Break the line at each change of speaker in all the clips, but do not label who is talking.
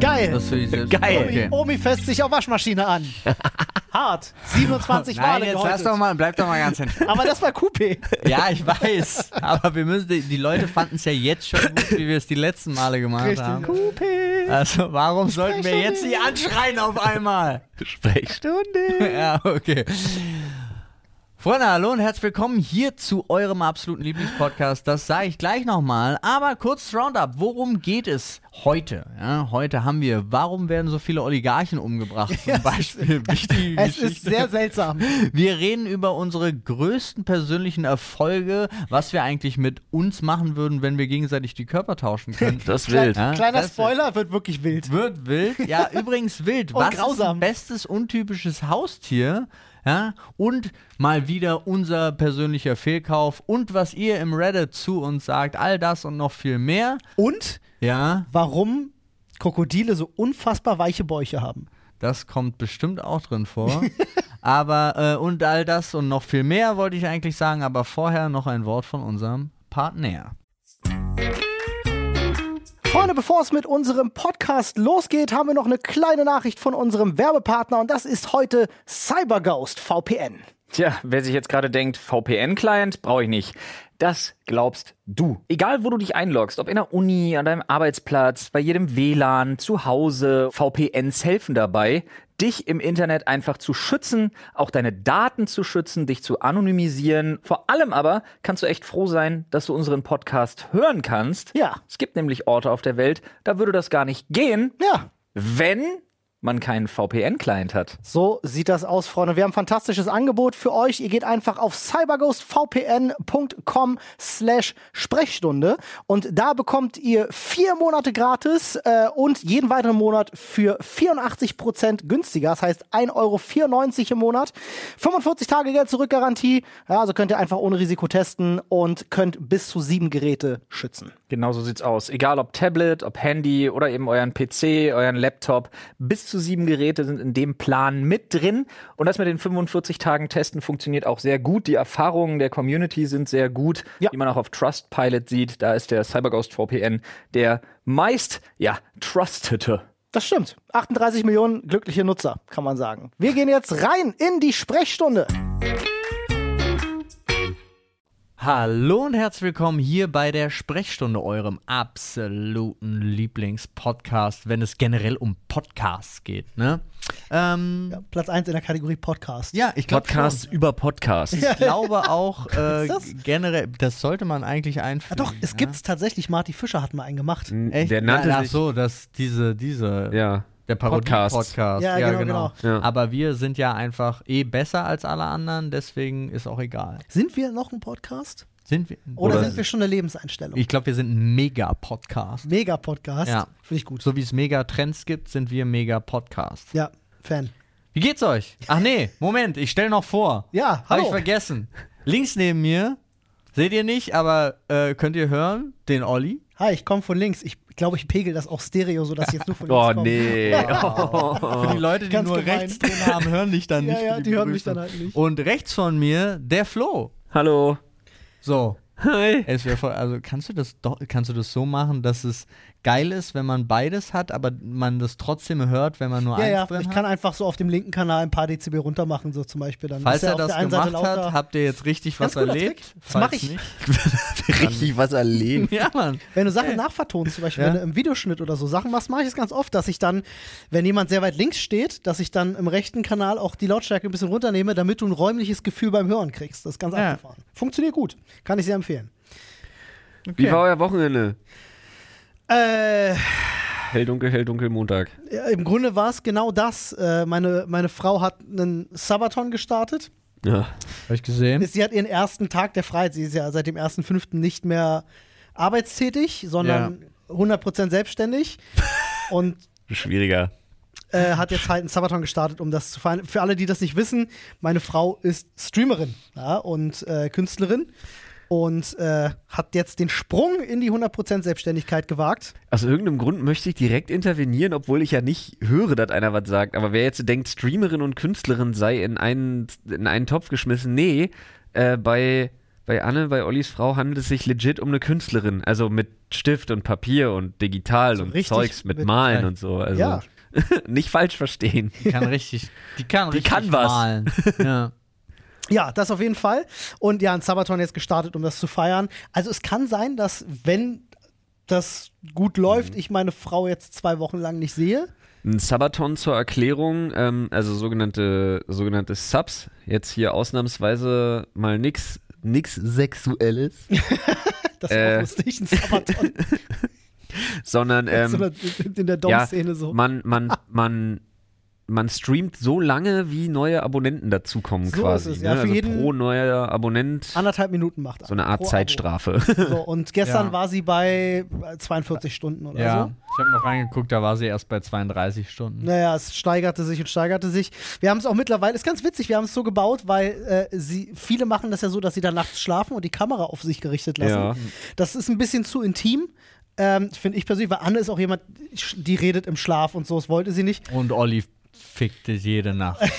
Geil.
Das finde ich selbst.
Geil.
Okay.
Oh,
Omi fässt sich auf Waschmaschine an. Hart. 27
Nein,
Male
jetzt
gehäutet.
lass doch mal, bleib doch mal ganz entspannt.
Aber das war Coupé.
ja, ich weiß. Aber wir müssen, die, die Leute fanden es ja jetzt schon gut, wie wir es die letzten Male gemacht haben.
Coupé.
Also warum sollten wir jetzt sie anschreien auf einmal?
Stunde.
ja, okay. Freunde, hallo und herzlich willkommen hier zu eurem absoluten Lieblingspodcast. Das sage ich gleich nochmal. Aber kurz Roundup. Worum geht es heute? Ja, heute haben wir, warum werden so viele Oligarchen umgebracht? Zum Beispiel. Wichtige
Es
Geschichte.
ist sehr seltsam.
Wir reden über unsere größten persönlichen Erfolge, was wir eigentlich mit uns machen würden, wenn wir gegenseitig die Körper tauschen könnten.
Das ist wild.
Ja,
Kleiner
das
Spoiler, wird wirklich wild.
Wird wild. Ja, übrigens wild.
Und
Was ist
grausam.
ein bestes untypisches Haustier? Ja, und mal wieder unser persönlicher Fehlkauf und was ihr im Reddit zu uns sagt, all das und noch viel mehr.
Und
Ja,
warum Krokodile so unfassbar weiche Bäuche haben.
das kommt bestimmt auch drin vor. aber äh, und all das und noch viel mehr wollte ich eigentlich sagen, aber vorher noch ein Wort von unserem Partner.
Freunde, bevor es mit unserem Podcast losgeht, haben wir noch eine kleine Nachricht von unserem Werbepartner und das ist heute CyberGhost VPN.
Tja, wer sich jetzt gerade denkt, VPN-Client brauche ich nicht. Das glaubst du. Egal, wo du dich einloggst, ob in der Uni, an deinem Arbeitsplatz, bei jedem WLAN, zu Hause, VPNs helfen dabei, dich im Internet einfach zu schützen, auch deine Daten zu schützen, dich zu anonymisieren. Vor allem aber kannst du echt froh sein, dass du unseren Podcast hören kannst.
Ja.
Es gibt nämlich Orte auf der Welt, da würde das gar nicht gehen,
Ja,
wenn man keinen VPN-Client hat.
So sieht das aus, Freunde. Wir haben ein fantastisches Angebot für euch. Ihr geht einfach auf cyberghostvpn.com slash Sprechstunde und da bekommt ihr vier Monate gratis äh, und jeden weiteren Monat für 84% günstiger. Das heißt 1,94 Euro im Monat. 45 Tage Geld zurückgarantie. Ja, also könnt ihr einfach ohne Risiko testen und könnt bis zu sieben Geräte schützen.
Genau so sieht's aus. Egal ob Tablet, ob Handy oder eben euren PC, euren Laptop. Bis zu sieben Geräte sind in dem Plan mit drin. Und das mit den 45 Tagen Testen funktioniert auch sehr gut. Die Erfahrungen der Community sind sehr gut,
Ja.
die man auch auf Trustpilot sieht. Da ist der CyberGhost VPN der meist, ja, trustete.
Das stimmt. 38 Millionen glückliche Nutzer, kann man sagen. Wir gehen jetzt rein in die Sprechstunde.
Hallo und herzlich willkommen hier bei der Sprechstunde, eurem absoluten Lieblingspodcast, wenn es generell um Podcasts geht. Ne? Ähm, ja.
Platz 1 in der Kategorie Podcast.
ich glaub
Podcasts über Podcasts.
schon. Ich glaube auch äh,
Gibt's das?
generell, das sollte man eigentlich einführen.
Ah, Doch, es gibt's tatsächlich. Marty Fischer hat mal einen gemacht.
Echt?
Der nannte
ja, ach
sich-
so, dass diese, diese,
Ja.
der Parodie-Podcast.
Ja, genau,
genau. Ja.
Aber wir sind ja einfach eh besser als alle anderen, deswegen ist auch egal.
Sind wir noch ein Podcast?
Sind wir?
Oder, sind wir schon eine Lebenseinstellung?
Ich glaube, wir sind ein Mega-Podcast.
Mega Podcast.
Ja.
Finde ich gut.
So wie es Mega-Trends gibt, sind wir Mega-Podcast.
Ja, Fan.
Wie geht's euch? Ach nee, Moment, ich stelle noch vor.
Ja,
Habe
hallo.
ich vergessen. Links neben mir, seht ihr nicht, aber äh, könnt ihr hören, den Olli.
Hi, ich komme von links. Ich glaube, ich pegel das auch Stereo, sodass ich jetzt nur von links
Oh
komme.
nee.
Für die Leute, die
Ganz
nur
gemein.
rechts drin haben, hören dich dann
Ja,
nicht.
ja,
für
die hören mich
Begrüßung.
dann halt nicht.
Und rechts von mir, der Flo.
Hallo.
So.
Hi.
Es wär voll, also kannst du das doch, kannst du das so machen, dass es geil ist, wenn man beides hat, aber man das trotzdem hört, wenn man nur
Ja,
eins
ja,
drin
ich
hat?
kann einfach so auf dem linken Kanal ein paar Dezibel runter machen, so zum Beispiel. Dann
Falls
ist er
er
auf
das
der einen Seite
gemacht
lauter.
hat, habt ihr jetzt richtig was
Ganz guter
erlebt.
Trick. Das mach
Falls
ich.
Richtig was erlebt.
Nicht. Ja, Mann.
Wenn du Sachen nachvertonst, zum Beispiel
Ja.
wenn du im Videoschnitt oder so Sachen machst, mache ich es ganz oft, dass ich dann, wenn jemand sehr weit links steht, dass ich dann im rechten Kanal auch die Lautstärke ein bisschen runternehme, damit du ein räumliches Gefühl beim Hören kriegst. Das ist ganz
Ja.
abgefahren. Funktioniert gut. Kann ich sehr empfehlen.
Wie war euer Wochenende?
Äh,
Hell dunkel, hell dunkel Montag.
ja, Im Grunde war es genau das. Äh, meine, meine Frau hat einen Sabaton gestartet.
Ja.
Hab ich gesehen.
Sie hat ihren ersten Tag der Freiheit. Sie ist ja seit dem 1.5. nicht mehr arbeitstätig, sondern 100% selbstständig. Und
Schwieriger.
äh, hat jetzt halt einen Sabaton gestartet, um das zu feiern. Für alle, die das nicht wissen, meine Frau ist Streamerin ja, und äh, Künstlerin und äh, hat jetzt den Sprung in die 100% Selbstständigkeit gewagt.
Aus irgendeinem Grund möchte ich direkt intervenieren, obwohl ich ja nicht höre, dass einer was sagt. Aber wer jetzt denkt, Streamerin und Künstlerin sei in einen, in einen Topf geschmissen, nee, äh, bei bei Anne, bei Ollis Frau handelt es sich legit um eine Künstlerin. Also mit Stift und Papier und digital und
richtig
Zeugs mit,
mit-
Malen und so. Also
Ja.
nicht falsch verstehen.
Die kann richtig, die kann
Die
richtig
kann was.
malen. Ja.
Ja, das auf jeden Fall. Und ja, ein Sabaton jetzt gestartet, um das zu feiern. Also es kann sein, dass wenn das gut läuft,
Mhm.
ich meine Frau jetzt zwei Wochen lang nicht sehe.
Ein Sabaton zur Erklärung, ähm, also sogenannte, sogenannte Subs, jetzt hier ausnahmsweise mal nix, nix Sexuelles,
Das ist
Äh.
auch lustig, ein Sabaton
sondern
so
ähm,
eine- in der Dom-Szene so.
man, man, man, man streamt so lange, wie neue Abonnenten dazukommen
So
quasi.
ist es,
ne?
ja, für
also
jeden-
pro neuer Abonnent so
Anderthalb Minuten macht er.
eine Art
Pro Abo.
Zeitstrafe.
So, und gestern
Ja.
war sie bei äh, 42 Stunden oder
ja.
so.
Ich habe noch reingeguckt, da war sie erst bei 32 Stunden.
Naja, es steigerte sich und steigerte sich. Wir haben es auch mittlerweile, ist ganz witzig, wir haben es so gebaut, weil äh, sie, viele machen das ja so, dass sie dann nachts schlafen und die Kamera auf sich gerichtet lassen.
Ja.
Das ist ein bisschen zu intim, ähm, finde ich persönlich, weil Anne ist auch jemand, die redet im Schlaf und so, das wollte sie nicht.
Und Olli fickte jede Nacht.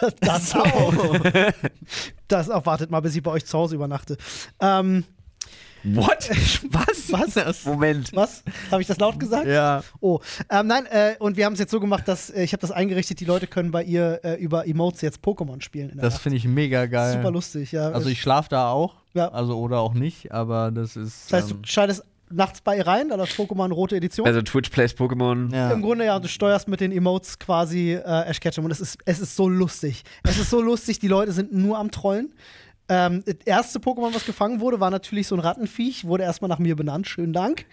Das, das auch. Das auch, wartet mal, bis ich bei euch zu Hause übernachte. Ähm,
What? Was?
was?
Moment.
Was? Habe ich das laut gesagt?
ja.
Oh, ähm, nein, äh, und wir haben es jetzt so gemacht, dass äh, ich habe das eingerichtet, die Leute können bei ihr äh, über Emotes jetzt Pokémon spielen. In der
Das
Nacht.
finde ich mega geil.
super lustig, ja.
Also ich schlafe da auch.
Ja.
Also oder auch nicht, aber das ist.
das heißt,
ähm,
du schaltest nachts bei ihr rein, da läuft Pokémon rote Edition.
Also Twitch plays Pokémon.
ja.
Im Grunde ja, und du steuerst mit den Emotes quasi äh, Ash Ketchum und es ist, es ist so lustig. Es ist so lustig, die Leute sind nur am Trollen. Ähm, das erste Pokémon, was gefangen wurde, war natürlich so ein Rattenviech, wurde erstmal nach mir benannt, schönen Dank.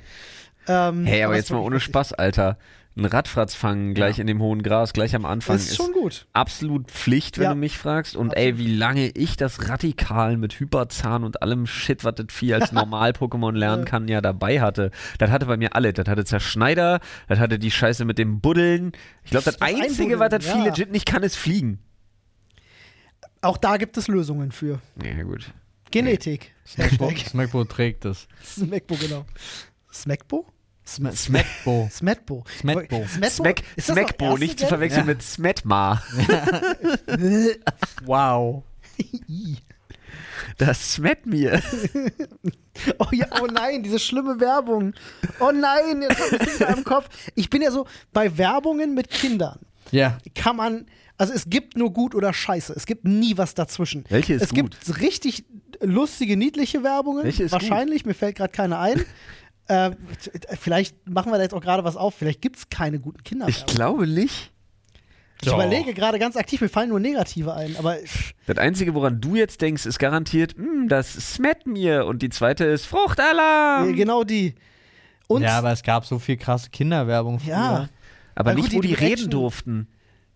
Ähm,
Hey, aber
das
jetzt
war
mal ohne
lustig.
Spaß, Alter. Ein Radfratz fangen gleich in dem hohen Gras, gleich am Anfang
Ist schon gut.
absolut Pflicht, wenn
Ja.
du mich fragst. Und ey, wie lange ich das radikal mit Hyperzahn und allem Shit, was das Vieh als Normal-Pokémon lernen kann, ja dabei hatte. Das hatte bei mir alle. Das hatte Zerschneider, das hatte die Scheiße mit dem Buddeln. Ich glaube, das,
Das
Einzige,
Einbuddeln,
was das Vieh
ja.
legit nicht kann, ist fliegen.
Auch da gibt es Lösungen für.
Ja, gut.
Genetik.
Snackbo, Snackbo trägt das.
Smackbo, genau. Smackbo? Sm
Smackbo.
Smetbo.
Smetbo.
Smack,
Ist das noch
Smackbo,
erste
nicht zu
Gen?
verwechseln mit Smetma.
wow.
Das smet mir.
Oh ja, oh nein, diese schlimme Werbung. Oh nein, jetzt hab ich das im Kopf. Ich bin ja so, bei Werbungen mit Kindern
Ja.
kann man, also es gibt nur gut oder scheiße. Es gibt nie was dazwischen.
Welche ist
es gibt richtig lustige, niedliche Werbungen.
Welche ist
Wahrscheinlich, mir fällt gerade keine ein. äh, vielleicht machen wir da jetzt auch gerade was auf. Vielleicht gibt es keine guten
Ich
Kinderwerbungen.
glaube nicht.
Ich, überlege gerade ganz aktiv, mir fallen nur negative ein, aber
Das Einzige, woran du jetzt denkst, ist garantiert, "Hm, das smet mir. Und die zweite ist Fruchtalarm.
äh, genau die. Und
ja, aber es gab so viel krasse Kinderwerbung. Früher.
Ja.
Aber
Na gut,
nicht, wo
die
die, reden
Action-
durften.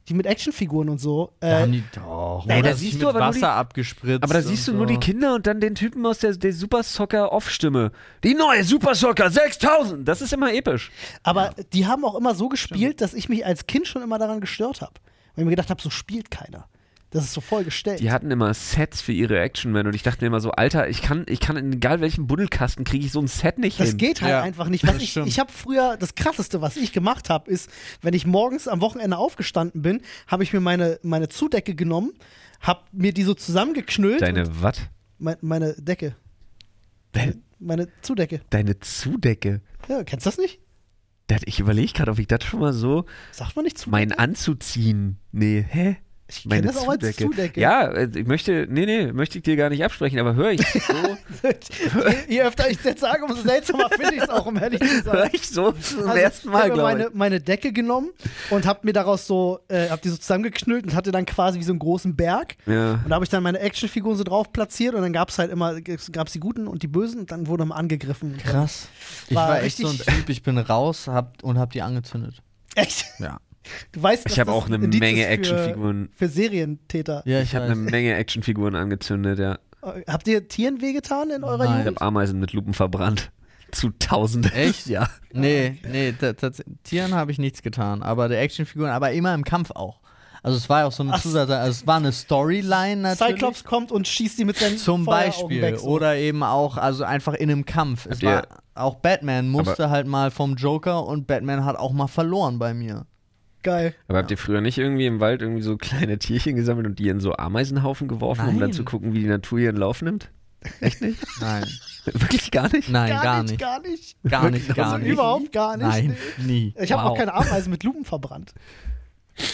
die mit Actionfiguren und so.
Da
Äh,
haben die doch.
Nein,
oder
da
sich
siehst
mit
du aber nur die-
Wasser abgespritzt.
Aber da siehst du
und
nur
so.
die Kinder und dann den Typen aus der, der Super Soccer Off-Stimme. Die neue Super Soccer 6000. Das ist immer episch.
aber die haben auch immer so gespielt, dass ich mich als Kind schon immer daran gestört habe. Weil ich mir gedacht habe, so spielt keiner. Das ist so vollgestellt.
Die hatten immer Sets für ihre Action-Man und ich dachte mir immer so, Alter, ich kann, ich kann in egal welchem Buddelkasten kriege ich so ein Set nicht
das
hin.
geht halt
Ja,
einfach nicht. Was
das
ich
stimmt.
ich habe früher, das Krasseste, was ich gemacht habe, ist, wenn ich morgens am Wochenende aufgestanden bin, habe ich mir meine, meine Zudecke genommen, habe mir die so zusammengeknüllt. und
Deine Watt?
mein, meine Decke. Meine Zudecke.
Deine Zudecke.
Ja, kennst du das nicht?
Das, ich überlege gerade, ob ich das schon mal so
Sagt man nicht Zudecke?
mein anzuziehen. Nee, hä?
Ich kenn das auch als Zudecke.
Ja, äh, ich möchte, nee, nee, möchte ich dir gar nicht absprechen, aber höre ich so,
je, je öfter ich es jetzt sage, umso seltsamer finde ich es auch, um ehrlich zu sein.
höre ich so zum
Also,
ersten Mal,
ich habe
glaube
meine, meine Decke genommen und habe mir daraus so, äh, habe die so zusammengeknüllt und hatte dann quasi wie so einen großen Berg.
ich. Ja.
Und da habe ich dann meine Actionfiguren so drauf platziert und dann gab es halt immer, gab es die Guten und die Bösen und dann wurde man angegriffen.
Krass. Ich
War
war, echt so ein
richtig-
Typ, ich bin raus hab, und hab die angezündet.
Echt?
Ja.
Du weißt, dass
Ich habe
das
auch eine
ein Indiz
Menge
ist für-
Actionfiguren.
Für Serientäter.
Ja,
Ich ne- habe eine Menge Actionfiguren angezündet, ja.
Äh, Habt ihr Tieren wehgetan in eurer
Nein.
Ich
Jugend?
habe Ameisen mit Lupen verbrannt. Zu tausend.
Echt?
Ja.
Nee, nee, ta- tats- Tieren habe ich nichts getan, aber der Actionfiguren, aber immer im Kampf auch. Also es war ja auch so eine Zusatz, also es war eine Storyline natürlich.
Cyclops kommt und schießt die mit seinen
zum
Feueraugen
Beispiel
Weg, so.
oder eben auch also einfach in einem Kampf. Es
Habt ihr-
war, auch Batman musste
Aber-
halt mal vom Joker und Batman hat auch mal verloren bei mir.
Geil.
Aber habt ihr früher nicht irgendwie im Wald irgendwie so kleine Tierchen gesammelt und die in so Ameisenhaufen geworfen, um dann
Nein.
zu gucken, wie die Natur ihren Lauf nimmt? Echt nicht?
Nein.
Wirklich gar nicht?
Nein,
Gar,
gar
nicht,
nicht.
gar nicht.
Gar nicht, gar
Also
nicht.
überhaupt gar nicht.
Nein, nie.
Ich habe
Wow.
auch keine Ameisen mit Lupen verbrannt.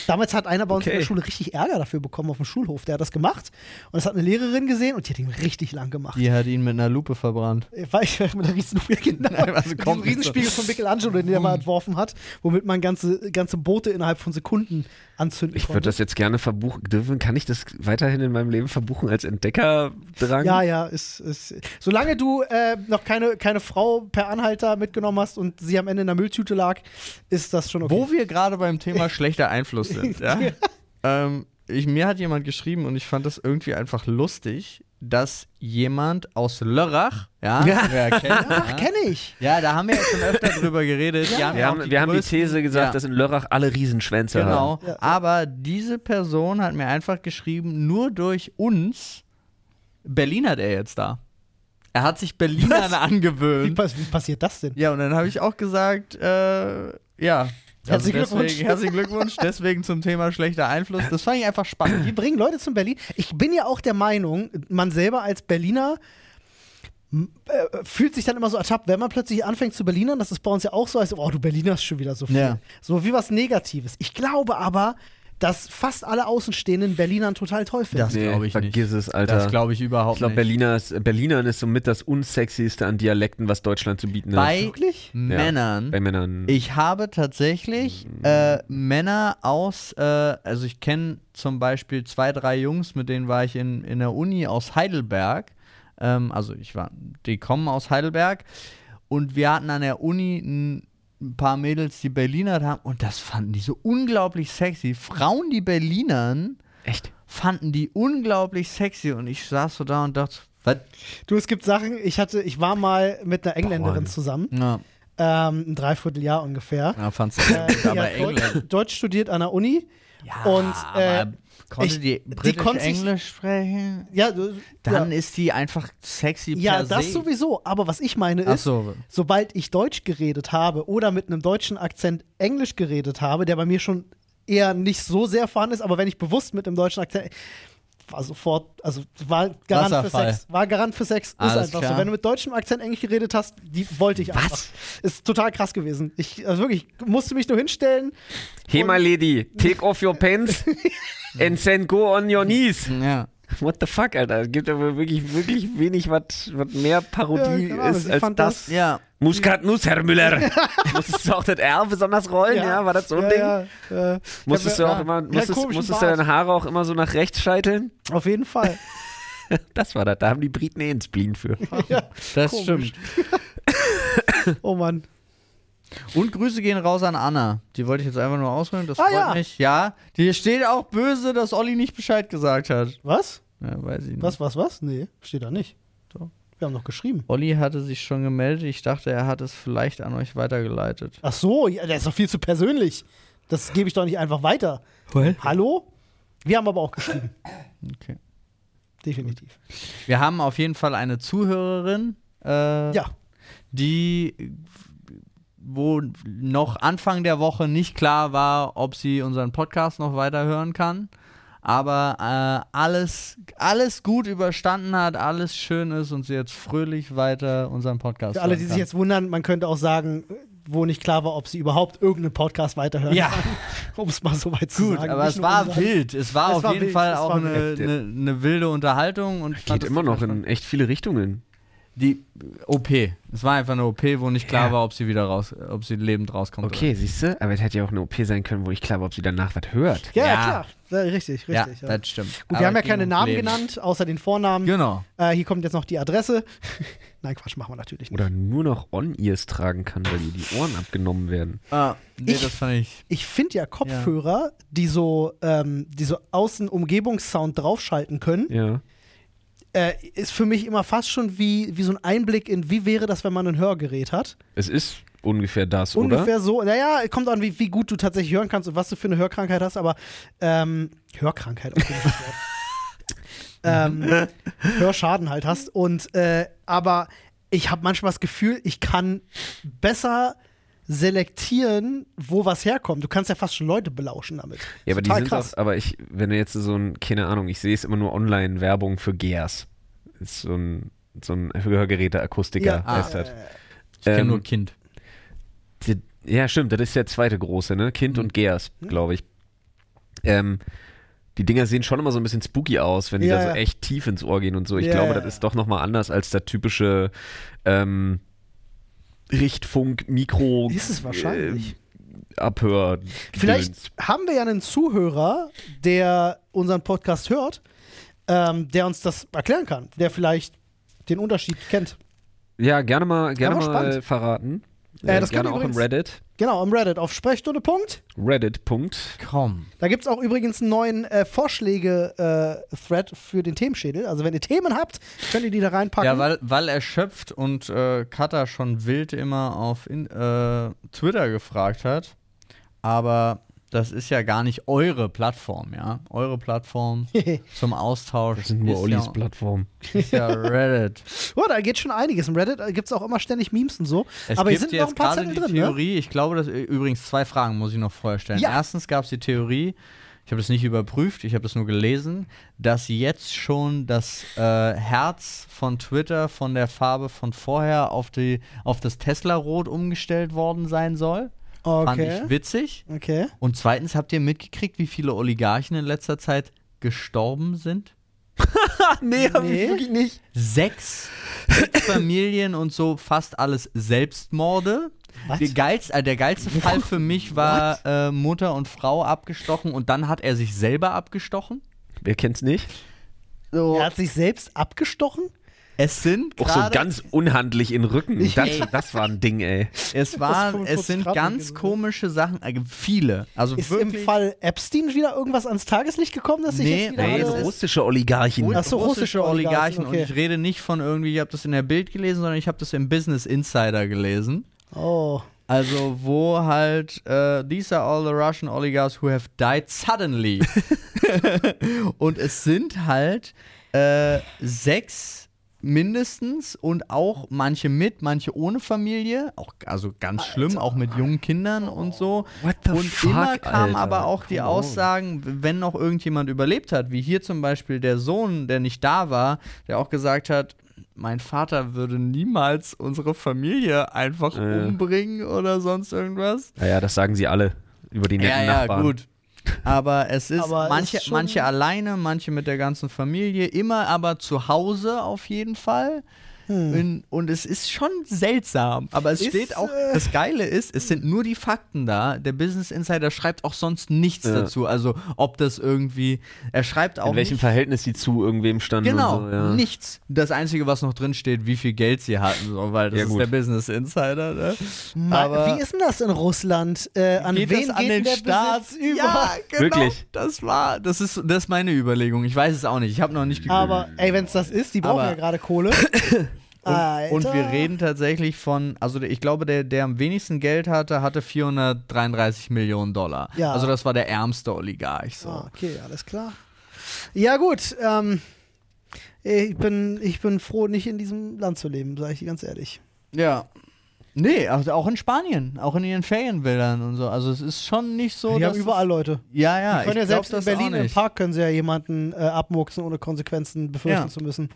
Damals hat einer bei uns in
Okay.
der Schule richtig Ärger dafür bekommen auf dem Schulhof. Der hat das gemacht und das hat eine Lehrerin gesehen und die hat ihn richtig lang gemacht.
Die hat ihn mit einer Lupe verbrannt.
Äh, Weil ich mit der Riesenlupe, genau.
Nein, also
Mit
kommt
diesem
nicht so. Hm.
Riesenspiegel von Michelangelo, den er mal entworfen hat, womit man ganze, ganze Boote innerhalb von Sekunden anzünden
Ich würde
konnte.
das jetzt gerne verbuchen dürfen. Kann ich das weiterhin in meinem Leben verbuchen als Entdeckerdrang?
ja, ja, ist, ist, solange du äh, noch keine, keine Frau per Anhalter mitgenommen hast und sie am Ende in der Mülltüte lag, ist das schon okay.
Wo wir gerade beim Thema schlechter Einfluss sind, ja? ähm, ich, mir hat jemand geschrieben und ich fand das irgendwie einfach lustig, dass jemand aus Lörrach, ja, ja. Wer kennt,
Ach, kenne ich.
ja da haben wir ja schon öfter drüber geredet. Die
Wir
auch
haben, wir haben die
größten-
These gesagt,
ja.
dass in Lörrach alle Riesenschwänze haben.
Genau.
Ja.
Aber diese Person hat mir einfach geschrieben, nur durch uns Berlin hat er jetzt da. Er hat sich Berlinern
Wie,
angewöhnt.
pass- wie passiert das denn?
Ja, und dann habe ich auch gesagt, äh, ja.
Herzlichen
deswegen,
Glückwunsch.
Herzlichen Glückwunsch. Deswegen zum Thema schlechter Einfluss. Das fand ich einfach spannend.
Die bringen Leute zum Berlin. Ich bin ja auch der Meinung, man selber als Berliner m- äh, fühlt sich dann immer so ertappt, wenn man plötzlich anfängt zu Berlinern, das ist bei uns ja auch so, als oh, du Berlinerst schon wieder so viel.
Ja.
So wie was Negatives. Ich glaube aber, dass fast alle Außenstehenden Berlinern total toll finden.
Das glaube ich nicht.
vergiss es, Alter.
Das glaube ich überhaupt
Ich glaube,
nicht.
Berliner ist, Berlinern ist somit das unsexyste an Dialekten, was Deutschland zu bieten hat.
Bei
Wirklich?
Männern.
Bei Männern.
Ich habe tatsächlich äh, Männer aus, äh, also ich kenne zum Beispiel zwei, drei Jungs, mit denen war ich in, in der Uni aus Heidelberg. Ähm, also ich war, die kommen aus Heidelberg. Und wir hatten an der Uni ein ein paar Mädels, die Berliner haben. Und das fanden die so unglaublich sexy. Frauen, die Berlinern,
Echt?
fanden die unglaublich sexy. Und ich saß so da und dachte, was?
Du, es gibt Sachen, ich hatte, ich war mal mit einer Engländerin
Bauern.
zusammen,
Ja,
ähm, ein Dreivierteljahr ungefähr.
ja fand's sehr gut,
Die
aber
hat
Englisch.
Deutsch, Deutsch studiert an der Uni.
Ja,
Und, äh,
aber konnte
ich-
die
die
britisch
konnte sich-
Englisch sprechen?
Ja, du-
dann
ja.
ist die einfach sexy
Ja,
per
das
se.
sowieso. Aber was ich meine
Ach
ist,
so.
sobald ich Deutsch geredet habe oder mit einem deutschen Akzent Englisch geredet habe, der bei mir schon eher nicht so sehr vorhanden ist, aber wenn ich bewusst mit einem deutschen Akzent war sofort, also war Garant
Wasserfall.
für Sex. War Garant für Sex. Ist
Alles
einfach
klar.
so. Wenn du mit deutschem Akzent Englisch geredet hast, die wollte ich einfach. Ist total krass gewesen. Ich, also wirklich, ich musste mich nur hinstellen.
Hey, my lady, take off your pants and then go on your knees.
Ja.
What the fuck, Alter? Es gibt aber wirklich, wirklich wenig, was was mehr Parodie
Ja, keine Ahnung,
ist
ich
als
fand
das.
das-
Ja.
Muskatnuss, Herr Müller. Musstest du auch das R besonders rollen, ja? War das so ein
ja,
Ding?
Ja, ja.
Musstest
Ich
du
hab
auch
mir-
immer,
ja,
musstest,
komischen
musstest du
Bart.
deine Haare auch immer so nach rechts scheiteln?
Auf jeden Fall.
Das war das, da haben die Briten eh einen Spleen für.
ja.
Das
Komisch.
stimmt.
Oh Mann.
Und Grüße gehen raus an Anna. Die wollte ich jetzt einfach nur ausholen. Das
Ah,
freut
ja.
mich. Ja. Hier steht auch böse, dass Olli nicht Bescheid gesagt hat.
Was?
Ja, weiß ich nicht.
Was, was, was? Nee, steht da nicht.
Doch.
Wir haben noch geschrieben.
Olli hatte sich schon gemeldet. Ich dachte, er hat es vielleicht an euch weitergeleitet.
Ach so, ja, das ist doch viel zu persönlich. Das gebe ich doch nicht einfach weiter. Hallo? Wir haben aber auch geschrieben.
Okay.
Definitiv.
Wir haben auf jeden Fall eine Zuhörerin. Äh,
Ja.
die wo noch Anfang der Woche nicht klar war, ob sie unseren Podcast noch weiter hören kann, aber äh, alles alles gut überstanden hat, alles schön ist und sie jetzt fröhlich weiter unseren Podcast
Für alle,
hören
die sich
kann.
jetzt wundern, man könnte auch sagen, wo nicht klar war, ob sie überhaupt irgendeinen Podcast weiterhören.
ja,
Um es mal so weit zu
gut,
sagen.
aber
Nicht
es
nur um
war
unseren-
wild. Es war
Es
auf
war
jeden
wild,
Fall
es
auch
war
eine,
wild.
eine, eine wilde Unterhaltung und ich fand das
Geht immer noch
total
in echt viele Richtungen.
spannend. die OP. Es war einfach eine OP, wo nicht klar
Ja.
war, ob sie wieder raus, ob sie lebend rauskommt. oder
Okay, siehst du? Aber es hätte ja auch eine OP sein können, wo ich klar war, ob sie danach was hört.
Ja,
Ja.
ja, klar. Ja, richtig, richtig.
ja,
ja.
das stimmt.
Gut,
Aber
wir haben ja
ging
keine
ums
Namen
Leben.
genannt, außer den Vornamen.
Genau.
Äh, hier kommt jetzt noch die Adresse. Nein, Quatsch, machen wir natürlich nicht.
Oder nur noch On-Ears tragen kann, weil ihr die Ohren abgenommen werden.
Ah, nee,
Ich-
das fand ich.
Ich finde ja Kopfhörer, die so, ähm, die so Außenumgebungssound draufschalten können,
Ja.
äh, ist für mich immer fast schon wie, wie so ein Einblick in, wie wäre das, wenn man ein Hörgerät hat.
Es ist ungefähr das, oder?
Ungefähr so. Naja, kommt an, wie, wie gut du tatsächlich hören kannst und was du für eine Hörkrankheit hast, aber ähm, Hörkrankheit, auch komisches Wort. ähm, Hörschaden halt hast. Und äh, aber ich habe manchmal das Gefühl, ich kann besser selektieren, wo was herkommt. Du kannst ja fast schon Leute belauschen damit.
Ja, aber die
Total
sind
krass.
auch, aber ich, wenn du jetzt so ein, keine Ahnung, ich sehe es immer nur online, Werbung für Gears. Ist so ein so ein Hörgeräteakustiker
Ja.
heißt das.
Ich kenne
Ähm,
nur Kind.
Die- Ja, stimmt, das ist der zweite große, ne?
Hm.
Kind und Gears, glaube ich. Ähm, die Dinger sehen schon immer so ein bisschen spooky aus, wenn die
Ja,
da so
ja.
echt tief ins Ohr gehen und so. Ich
Ja,
glaube,
ja,
das
ja.
ist doch nochmal anders als der typische ähm, Richtfunk, Mikro.
Ist es wahrscheinlich.
Äh, Abhör.
Vielleicht haben wir ja einen Zuhörer, der unseren Podcast hört, ähm, der uns das erklären kann, der vielleicht den Unterschied kennt.
Ja, gerne mal, gerne
Aber
mal
spannend.
verraten.
Äh,
Äh,
das könnt
gerne
ihr
auch im
übrigens-
Reddit.
Genau, im Reddit auf Sprechstunde. Punkt.
Reddit. Punkt.
Komm.
Da gibt es auch übrigens einen neuen äh, Vorschläge-Thread für den Themenschädel. Also wenn ihr Themen habt, könnt ihr die da reinpacken.
Ja, weil, weil erschöpft und äh, Kata schon wild immer auf in, äh, Twitter gefragt hat. Aber das ist ja gar nicht eure Plattform, ja. Eure Plattform zum Austausch
Das sind nur
ist,
Ollis
ja,
Plattform.
ist ja Reddit.
oh, da geht schon einiges. Im Reddit gibt es auch immer ständig Memes und so.
Es
Aber hier
gibt
sind
jetzt
noch ein paar
gerade
Zettel
die
drin. Ne?
Theorie, ich glaube, dass äh, übrigens zwei Fragen muss ich noch vorstellen.
Ja.
Erstens gab es die Theorie, ich habe das nicht überprüft, ich habe das nur gelesen, dass jetzt schon das äh, Herz von Twitter von der Farbe von vorher auf, die, auf das Tesla-Rot umgestellt worden sein soll. Fand ich
Okay.
witzig.
Okay.
Und zweitens, habt ihr mitgekriegt, wie viele Oligarchen in letzter Zeit gestorben sind?
Nee, hab
Nee. wirklich
nicht.
sechs Familien und so fast alles Selbstmorde.
Was?
Der, geilste, äh, der geilste Fall für mich war äh, Mutter und Frau abgestochen und dann hat er sich selber abgestochen.
Wer kennt's nicht?
Oh.
Er hat sich selbst abgestochen?
Es sind
Auch so
gerade,
ganz unhandlich in den Rücken. Das, das war ein Ding, ey.
es waren,
45
es sind
Grad
ganz
gewesen.
komische Sachen, äh, viele. Also
Ist
wirklich
im Fall Epstein wieder irgendwas ans Tageslicht gekommen, dass ich
Nee,
jetzt wieder
nee,
Nee,
das
alle-
ist-
russische Oligarchen.
Ach so, russische Oligarchen, okay.
und ich rede nicht von irgendwie, ich habe das in der Bild gelesen, sondern ich habe das im Business Insider gelesen.
Oh.
Also wo halt äh, these are all the Russian oligarchs who have died suddenly. und es sind halt äh, sechs mindestens und auch manche mit, manche ohne Familie, auch also ganz schlimm, auch mit jungen Kindern und so.
What the
und
fuck,
immer kamen
Alter?
aber auch die
Come on.
Aussagen, wenn noch irgendjemand überlebt hat, wie hier zum Beispiel der Sohn, der nicht da war, der auch gesagt hat, mein Vater würde niemals unsere Familie einfach
Ja.
umbringen oder sonst irgendwas.
Naja, das sagen sie alle über die netten
Ja, ja,
Nachbarn.
gut. Aber es ist
Aber es
manche,
ist schon-
manche alleine, manche mit der ganzen Familie, immer aber zu Hause auf jeden Fall. In, und es ist schon seltsam. Aber es
Hm. Ist,
steht auch,
äh,
das Geile ist, es sind nur die Fakten da. Der Business Insider schreibt auch sonst nichts
Ja.
dazu. Also ob das irgendwie, er schreibt auch
In welchem
nicht,
Verhältnis sie zu irgendwem standen.
Genau,
Und so, ja.
nichts. Das Einzige, was noch drin steht, wie viel Geld sie hatten, so, weil das
Ja,
ist
gut.
der Business Insider. Ne?
Aber Wie ist denn das in Russland? Äh, an
geht
wen
das an
geht denn
den
der
Staat
Besitz über?
Ja, genau.
Wirklich?
Das war, das ist, das ist meine Überlegung. Ich weiß es auch nicht. Ich habe noch nicht geguckt.
Aber ey, wenn es das ist, die brauchen
Aber-
ja gerade Kohle.
und, und wir reden tatsächlich von, also ich glaube, der, der am wenigsten Geld hatte, hatte 433 Millionen Dollar.
Ja.
Also das war der ärmste Oligarch. So.
Ah, okay, alles klar. Ja, gut. Ähm, ich, bin, ich bin froh, nicht in diesem Land zu leben, sage ich dir ganz ehrlich.
Ja. Nee, also auch, auch in Spanien, auch in ihren Ferienbildern und so. Also es ist schon nicht so,
Die haben
dass-
überall Leute.
Ja, ja.
Die können ja
ich glaub
selbst in
das auch
Berlin im
nicht.
Park können sie ja jemanden äh, abmurksen, ohne Konsequenzen befürchten
Ja.
zu müssen.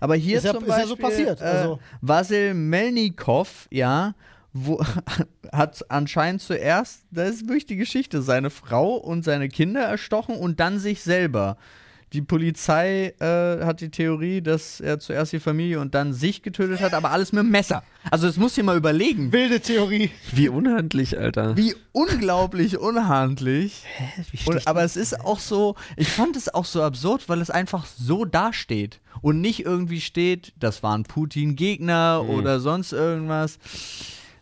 Aber hier
Ist ja-
zum
ist ja
Beispiel,
so passiert,
Äh,
also.
Vasil Melnikov, ja, wo, hat anscheinend zuerst, das ist wirklich die Geschichte, seine Frau und seine Kinder erstochen und dann sich selber. Die Polizei äh, hat die Theorie, dass er zuerst die Familie und dann sich getötet hat, aber alles mit dem Messer. Also das muss ich mal überlegen.
Wilde Theorie.
Wie unhandlich, Alter.
Wie unglaublich unhandlich.
schlecht
Und, aber es ist auch so, ich fand es auch so absurd, weil es einfach so dasteht und nicht irgendwie steht, das
Hm.
waren Putin-Gegner oder sonst irgendwas.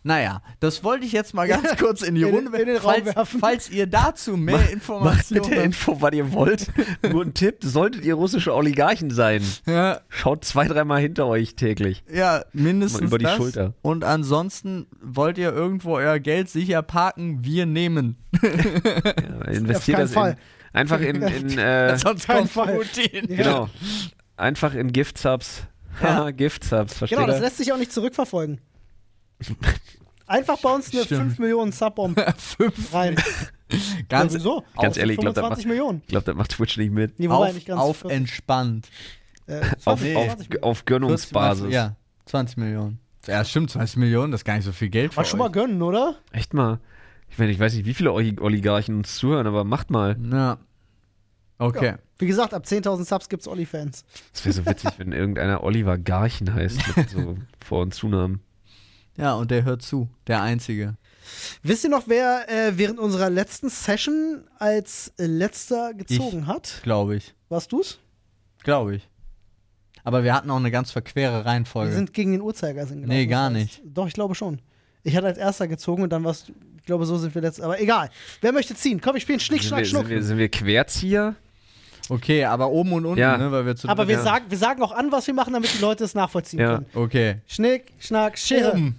Naja, das wollte ich jetzt mal ganz kurz in die
in den-
Runde
in den Raum
falls,
werfen.
falls ihr dazu mehr
Macht
Informationen
bitte Info, was ihr wollt. Nur ein Tipp, solltet ihr russische Oligarchen sein,
Ja,
schaut zwei, dreimal hinter euch täglich.
ja, mindestens
Mal über die
das.
Schulter.
Und ansonsten wollt ihr irgendwo euer Geld sicher parken, wir nehmen.
Ja, investiert
keinen
das
Fall.
in, einfach in, in äh,
Sonst
keinen
kommt
Fall.
Putin.
genau, einfach in Gift-Subs. Haha, Gift-Subs, versteht
Genau, das
ihr?
lässt sich auch nicht zurückverfolgen. Einfach bei uns eine
Stimmt.
5 Millionen Subbomb
Fünf.
rein.
Ganz,
ja, wieso?
ganz
Auf
ehrlich, ich glaub, das
25 Millionen.
Ich glaube, das macht Twitch nicht mit.
Nee, wobei
auf,
nicht ganz.
auf
40.
entspannt.
Äh, 20,
Auf, auf,
20 Millionen.
auf
Kurz mal-
Gönnungsbasis.
Ja, 20 Millionen. Ja, stimmt, 20 Millionen, das ist gar nicht so viel Geld für
Mal schon mal
euch.
gönnen, oder?
Echt mal. Ich, meine, ich weiß nicht, wie viele Oli- Oligarchen uns zuhören, aber macht mal.
Ja. Okay.
Wie gesagt, ab 10.000 Subs gibt's Onlyfans.
Es wäre so witzig, wenn irgendeiner Oliver Garchen heißt, mit so Vor- und Zunamen.
Ja. und der hört zu. Der Einzige.
Wisst ihr noch, wer äh, während unserer letzten Session als äh, letzter gezogen hat?
Glaube ich.
Warst du's?
Glaube ich. Aber wir hatten auch eine ganz verquere
Wir
Reihenfolge.
sind gegen den Uhrzeigersinn
Nee, gar
das heißt- Doch, ich glaube schon. Ich hatte als erster gezogen und dann warst du. Ich glaube, so sind wir letzt. Aber egal. Wer möchte ziehen? Komm, ich spiele Schnick,
Sind
Schnack,
wir, sind, wir,
Schnuck.
sind wir Querzieher?
okay, aber oben und unten,
Ja.
ne, weil wir zu
Aber wir,
dritt-
sagen, wir sagen auch an, was wir machen, damit die Leute es nachvollziehen
Ja. Oh,
können.
Okay.
Schnick, Schnack, Schere.
Oben.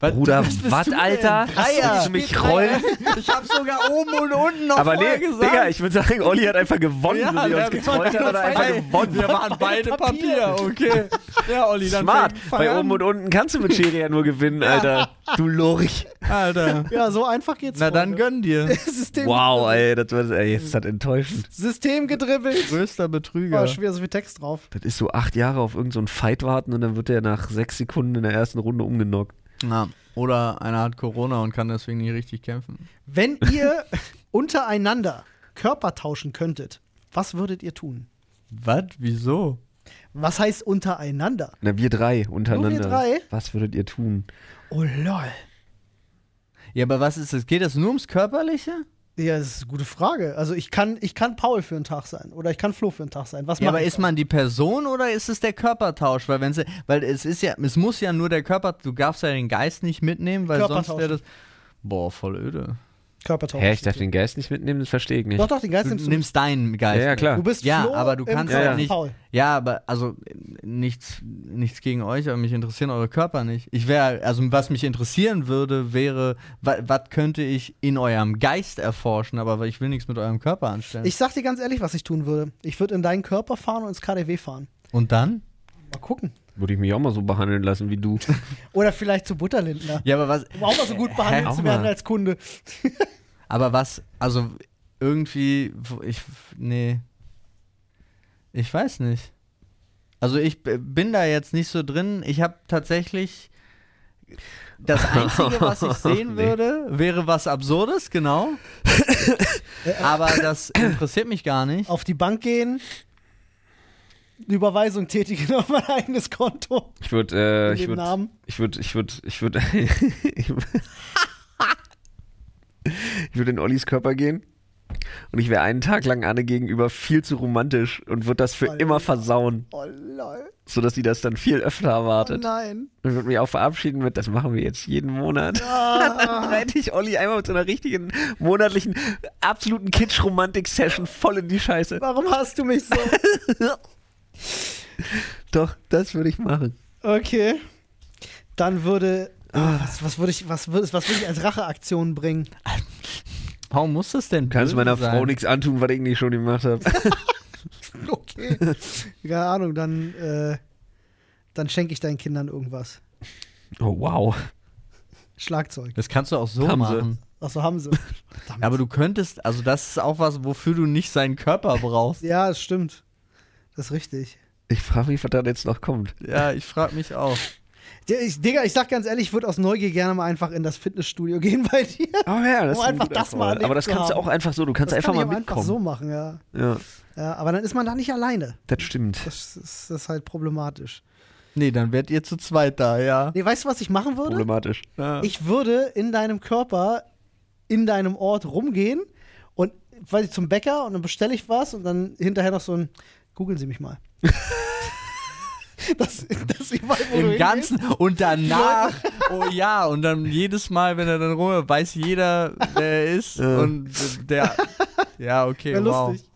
Was-
Bruder,
was bist
was,
du denn?
Alter? Hast du mich rollen?
Ich hab sogar oben und unten noch
Aber
vorher
nee,
gesagt.
Digga, ich würde sagen, Olli hat einfach gewonnen,
Ja,
so wie
wir
er uns
haben
getrollt hat, hat er einfach
Ey,
gewonnen.
Wir waren beide Papier, okay. Ja, Olli, dann
Smart,
fang- fang
bei
an.
oben und unten kannst du mit Schere ja nur gewinnen, Alter. Du Lorch.
Alter.
Ja, so einfach geht's.
Na dann
Freunde.
gönn dir.
System,
Wow, ey, das war, ey, das hat enttäuschend.
System gedribbelt.
Größter
War
Betrüger.
schon wieder so viel Text drauf.
Das ist so acht Jahre auf irgendeinen so einen Fight warten und dann wird er nach sechs Sekunden in der ersten Runde umgenockt.
Na, oder einer hat Corona und kann deswegen nicht richtig kämpfen.
Wenn ihr untereinander Körper tauschen könntet, was würdet ihr tun?
Was? Wieso?
Was heißt untereinander?
Na, wir drei untereinander.
Nur wir drei?
Was würdet ihr tun?
Oh lol.
Ja, aber was ist das? Geht das nur ums Körperliche?
Ja, das ist eine gute Frage. Also ich kann, ich kann Paul für einen Tag sein oder ich kann Flo für einen Tag sein. Was
Ja,
mache
aber
ich?
ist man die Person oder ist es der Körpertausch? Weil wenn sie, weil es ist ja, es muss ja nur der Körper, du darfst ja den Geist nicht mitnehmen, weil sonst
Körpertausch.
wäre das. Boah, voll öde.
Körpertausch.
Hä, ich darf den Geist nicht mitnehmen, das verstehe ich nicht.
doch, doch, den Geist
Du
nimmst du.
nimmst deinen Geist.
Ja, ja,
mit.
klar.
du bist
ja,
Flo
aber du
im
kannst
Kopf
ja
auch
von
nicht.
Paul.
Ja, aber also äh, nichts, nichts gegen euch, aber mich interessieren eure Körper nicht. Ich wäre, also was mich interessieren würde, wäre, was könnte ich in eurem Geist erforschen, aber ich will nichts mit eurem Körper anstellen.
Ich sag dir ganz ehrlich, was ich tun würde. Ich würde in deinen Körper fahren und ins KDW fahren.
Und dann?
Mal gucken.
Würde ich mich auch mal so behandeln lassen wie du.
Oder vielleicht zu Butterlindner.
Ja, aber was?
Um auch mal so gut behandelt
auch
zu werden
mal.
als Kunde.
Aber was? Also irgendwie, wo ich, nee, ich weiß nicht. Also ich b- bin da jetzt nicht so drin. Ich habe tatsächlich das Einzige, was ich sehen
Nee.
würde, wäre was Absurdes, genau. Aber das interessiert mich gar nicht.
Auf die Bank gehen, eine Überweisung tätigen auf mein eigenes Konto.
Ich würde, äh,
In
ich
dem
würde,
Namen.
ich würde, ich würde, ich würde, ich würde in Ollis Körper gehen und ich wäre einen Tag lang Anne gegenüber viel zu romantisch und würde das für
Alter.
immer versauen,
Oh lol.
sodass sie das dann viel öfter
Oh
erwartet.
nein.
Und würde mich auch verabschieden mit, das machen wir jetzt jeden Monat. dann reite ich Olli einmal mit so einer richtigen monatlichen, absoluten Kitsch-Romantik-Session voll in die Scheiße.
Warum hast du mich so?
Doch, das würde ich machen.
Okay. Dann würde. ah, Was, was würde ich, was würde, was würde ich als Racheaktion bringen?
Warum muss das denn?
Kannst
böse
meiner
sein?
Frau nichts antun, was ich nicht schon gemacht habe.
Okay. Keine Ahnung, dann, äh, dann schenke ich deinen Kindern irgendwas.
Oh, wow.
Schlagzeug.
Das kannst du auch so
Haben sie.
machen.
Achso, haben sie.
Ja, Aber du könntest, also das ist auch was, wofür du nicht seinen Körper brauchst.
Ja, das stimmt. Das ist richtig.
Ich frage mich, was da jetzt noch kommt.
Ja, ich frage mich auch.
D- Ich, Digga, ich sag ganz ehrlich, ich würde aus Neugier gerne mal einfach in das Fitnessstudio gehen bei dir.
Oh ja, das
Um
ist ein
einfach
guter
das mal
Call.
erlebt
Aber das
zu
kannst du
haben.
auch einfach so, du kannst
das
einfach
kann
mal
ich auch einfach
mitkommen.
so machen, ja.
Ja,
ja. Aber dann ist man da nicht alleine.
das stimmt.
Das ist, das ist halt problematisch.
Nee, dann werdet ihr zu zweit da, ja.
Nee, weißt du, was ich machen würde?
Problematisch. Ja.
Ich würde in deinem Körper, in deinem Ort rumgehen und weil ich zum Bäcker und dann bestelle ich was und dann hinterher noch so ein googeln Sie mich mal. das, das überall, wo du
Im
hingehst.
Ganzen und danach, oh ja, und dann jedes Mal, wenn er dann rum ist, weiß jeder, wer er ist und äh, der, ja, okay,
Wär
wow.
lustig.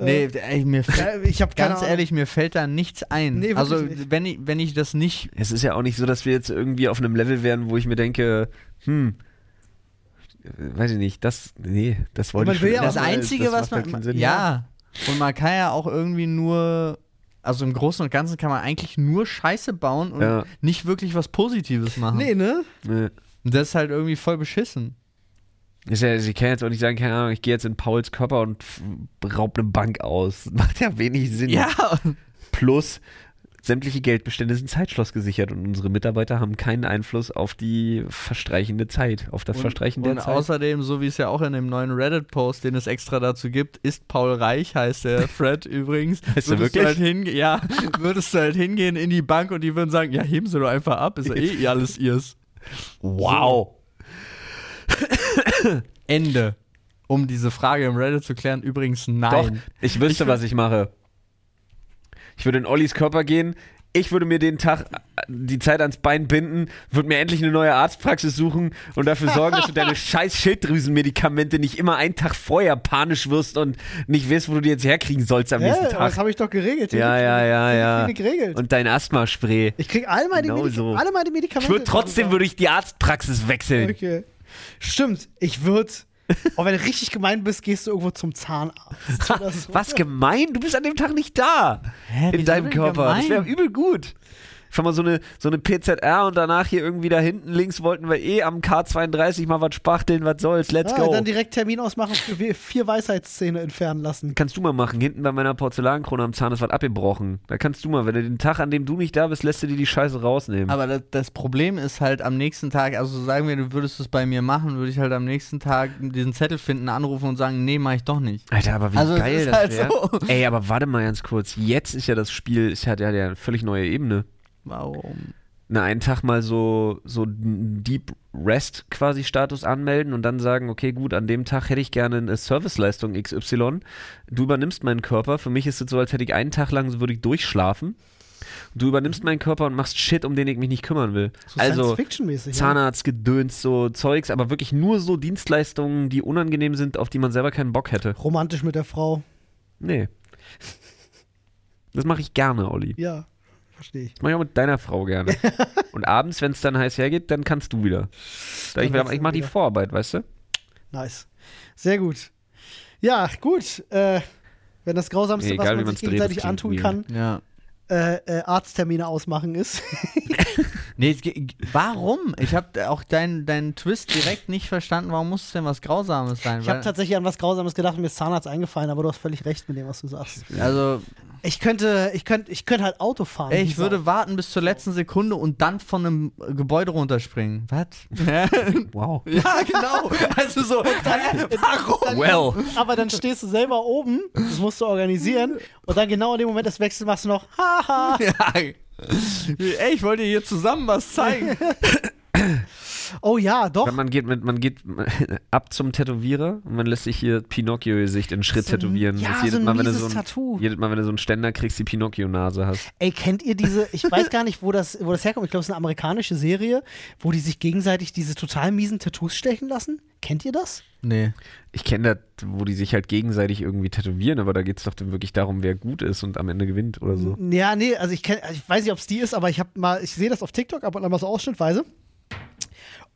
Nee, ey, mir fällt,
Ja, ich habe keine
ganz
Ahnung.
ehrlich, mir fällt da nichts ein.
Nee, wirklich
also,
nicht.
wenn ich, wenn ich das nicht,
Es ist ja auch nicht so, dass wir jetzt irgendwie auf einem Level wären, wo ich mir denke, hm, äh, weiß ich nicht, das, nee, das wollte
Man
ich
will
schon
ja
immer.
das Einzige,
Das
was
macht halt
man,
keinen Sinn.
ja, und man kann ja auch irgendwie nur, also im Großen und Ganzen kann man eigentlich nur Scheiße bauen und
Ja.
nicht wirklich was Positives machen.
Nee, ne?
Nee.
Und das ist halt irgendwie voll beschissen.
Ist ja, sie kann jetzt auch nicht sagen, keine Ahnung, ich gehe jetzt in Pauls Körper und f- raub eine Bank aus. Macht ja wenig Sinn.
Ja,
Plus, sämtliche Geldbestände sind Zeitschloss gesichert und unsere Mitarbeiter haben keinen Einfluss auf die verstreichende Zeit, auf das Verstreichen der
Und
Zeit.
außerdem, so wie es ja auch in dem neuen Reddit-Post, den es extra dazu gibt, ist Paul Reich, heißt der Fred übrigens.
Heißt er
würdest
wirklich?
Du halt hinge- ja, würdest du halt hingehen in die Bank und die würden sagen, ja, heben sie doch einfach ab, ist ja eh ihr alles ihrs.
wow.
Ende. Um diese Frage im Reddit zu klären, übrigens
Doch,
nein.
ich wüsste, was ich mache. Ich würde in Ollis Körper gehen. Ich würde mir den Tag, äh, die Zeit ans Bein binden, würde mir endlich eine neue Arztpraxis suchen und dafür sorgen, dass du deine scheiß Schilddrüsenmedikamente nicht immer einen Tag vorher panisch wirst und nicht weißt, wo du die jetzt herkriegen sollst am
Hä?
nächsten
aber das
Tag.
habe ich doch geregelt.
Ja, ja, ja, ja.
Ich geregelt.
Und dein Asthmaspray.
ich krieg all meine,
Genau
Medik
so.
alle meine Medikamente.
Ich würde trotzdem würde ich die Arztpraxis wechseln.
Okay. Stimmt, ich würde. Auch wenn du richtig gemein bist, gehst du irgendwo zum Zahnarzt. Oder so.
Was gemein? Du bist an dem Tag nicht da. in
wieso
deinem
denn
Körper. Das wäre
gemein?
übel gut. Schon mal so eine, so eine PZR und danach hier irgendwie da hinten links wollten wir eh am K32 mal was spachteln, was soll's, let's
Ah,
go.
dann direkt Termin ausmachen für wir- vier Weisheitszähne entfernen lassen.
Kannst du mal machen. Hinten bei meiner Porzellankrone am Zahn ist was abgebrochen. Da kannst du mal, wenn du den Tag, an dem du nicht da bist, lässt du dir die Scheiße rausnehmen.
Aber das, das Problem ist halt am nächsten Tag, also sagen wir, du würdest es bei mir machen, würde ich halt am nächsten Tag diesen Zettel finden, anrufen und sagen, nee, mach ich doch nicht.
Alter, aber wie
Also, es
geil
ist
das
halt
wäre.
so.
Ey, aber warte mal ganz kurz. Jetzt ist ja das Spiel, es hat ja eine völlig neue Ebene.
Warum?
na, ne, einen Tag mal so, so einen Deep Rest quasi Status anmelden und dann sagen, okay, gut, an dem Tag hätte ich gerne eine Serviceleistung XY. Du übernimmst meinen Körper. Für mich ist es so, als hätte ich einen Tag lang so würde ich durchschlafen. Du übernimmst meinen Körper und machst Shit, um den ich mich nicht kümmern will.
So
also
Science-Fiction-mäßig. ja.
Zahnarzt, Gedöns, so Zeugs, aber wirklich nur so Dienstleistungen, die unangenehm sind, auf die man selber keinen Bock hätte.
Romantisch mit der Frau.
Nee. Das mache ich gerne, Olli.
Ja, verstehe ich.
Das mache ich auch mit deiner Frau gerne. Und abends, wenn es dann heiß hergeht, dann kannst du wieder. Da ich
Dann kannst
ich
du
mache die
wieder.
Vorarbeit, weißt du?
Nice. Sehr gut. Ja, gut. Äh, wenn das Grausamste,
Nee, egal,
was
wie
man
man's
sich
dreht,
gegenseitig
das klingt
antun
weird.
kann,
Ja.
äh, äh, Arzttermine ausmachen ist.
Nee, es ge- warum? Ich habe auch deinen deinen Twist direkt nicht verstanden. Warum muss es denn was Grausames sein?
Ich habe
Weil-
tatsächlich an was Grausames gedacht und mir ist Zahnarzt eingefallen, aber du hast völlig recht mit dem, was du sagst.
also,
Ich könnte, ich könnte, ich könnte halt Auto fahren.
ey,
wie
ich
Sau.
würde warten bis zur letzten Sekunde und dann von einem äh, Gebäude runterspringen. Was? ja,
Wow.
genau. Also so, hä? warum?
Well.
Aber dann stehst du selber oben, das musst du organisieren und dann genau in dem Moment des Wechsels machst du noch, haha.
Ja. Ey, ich wollte dir hier zusammen was zeigen.
Oh ja, doch.
Wenn man geht, mit, man geht ab zum Tätowierer und man lässt sich hier Pinocchio-Gesicht in Schritt
So ein-
tätowieren.
ja,
Das
so ein
wenn du
mieses
ein-
Tattoo.
Jedes Mal, wenn du so einen Ständer kriegst, die Pinocchio-Nase hast.
Ey, kennt ihr diese, ich weiß gar nicht, wo das, wo das herkommt, ich glaube, es ist eine amerikanische Serie, wo die sich gegenseitig diese total miesen Tattoos stechen lassen. Kennt ihr das?
Nee.
Ich kenne das, wo die sich halt gegenseitig irgendwie tätowieren, aber da geht es doch dann wirklich darum, wer gut ist und am Ende gewinnt oder so.
Ja, nee, also ich kenn, ich weiß nicht, ob es die ist, aber ich habe mal, ich sehe das auf TikTok ab und an mal so ausschnittweise.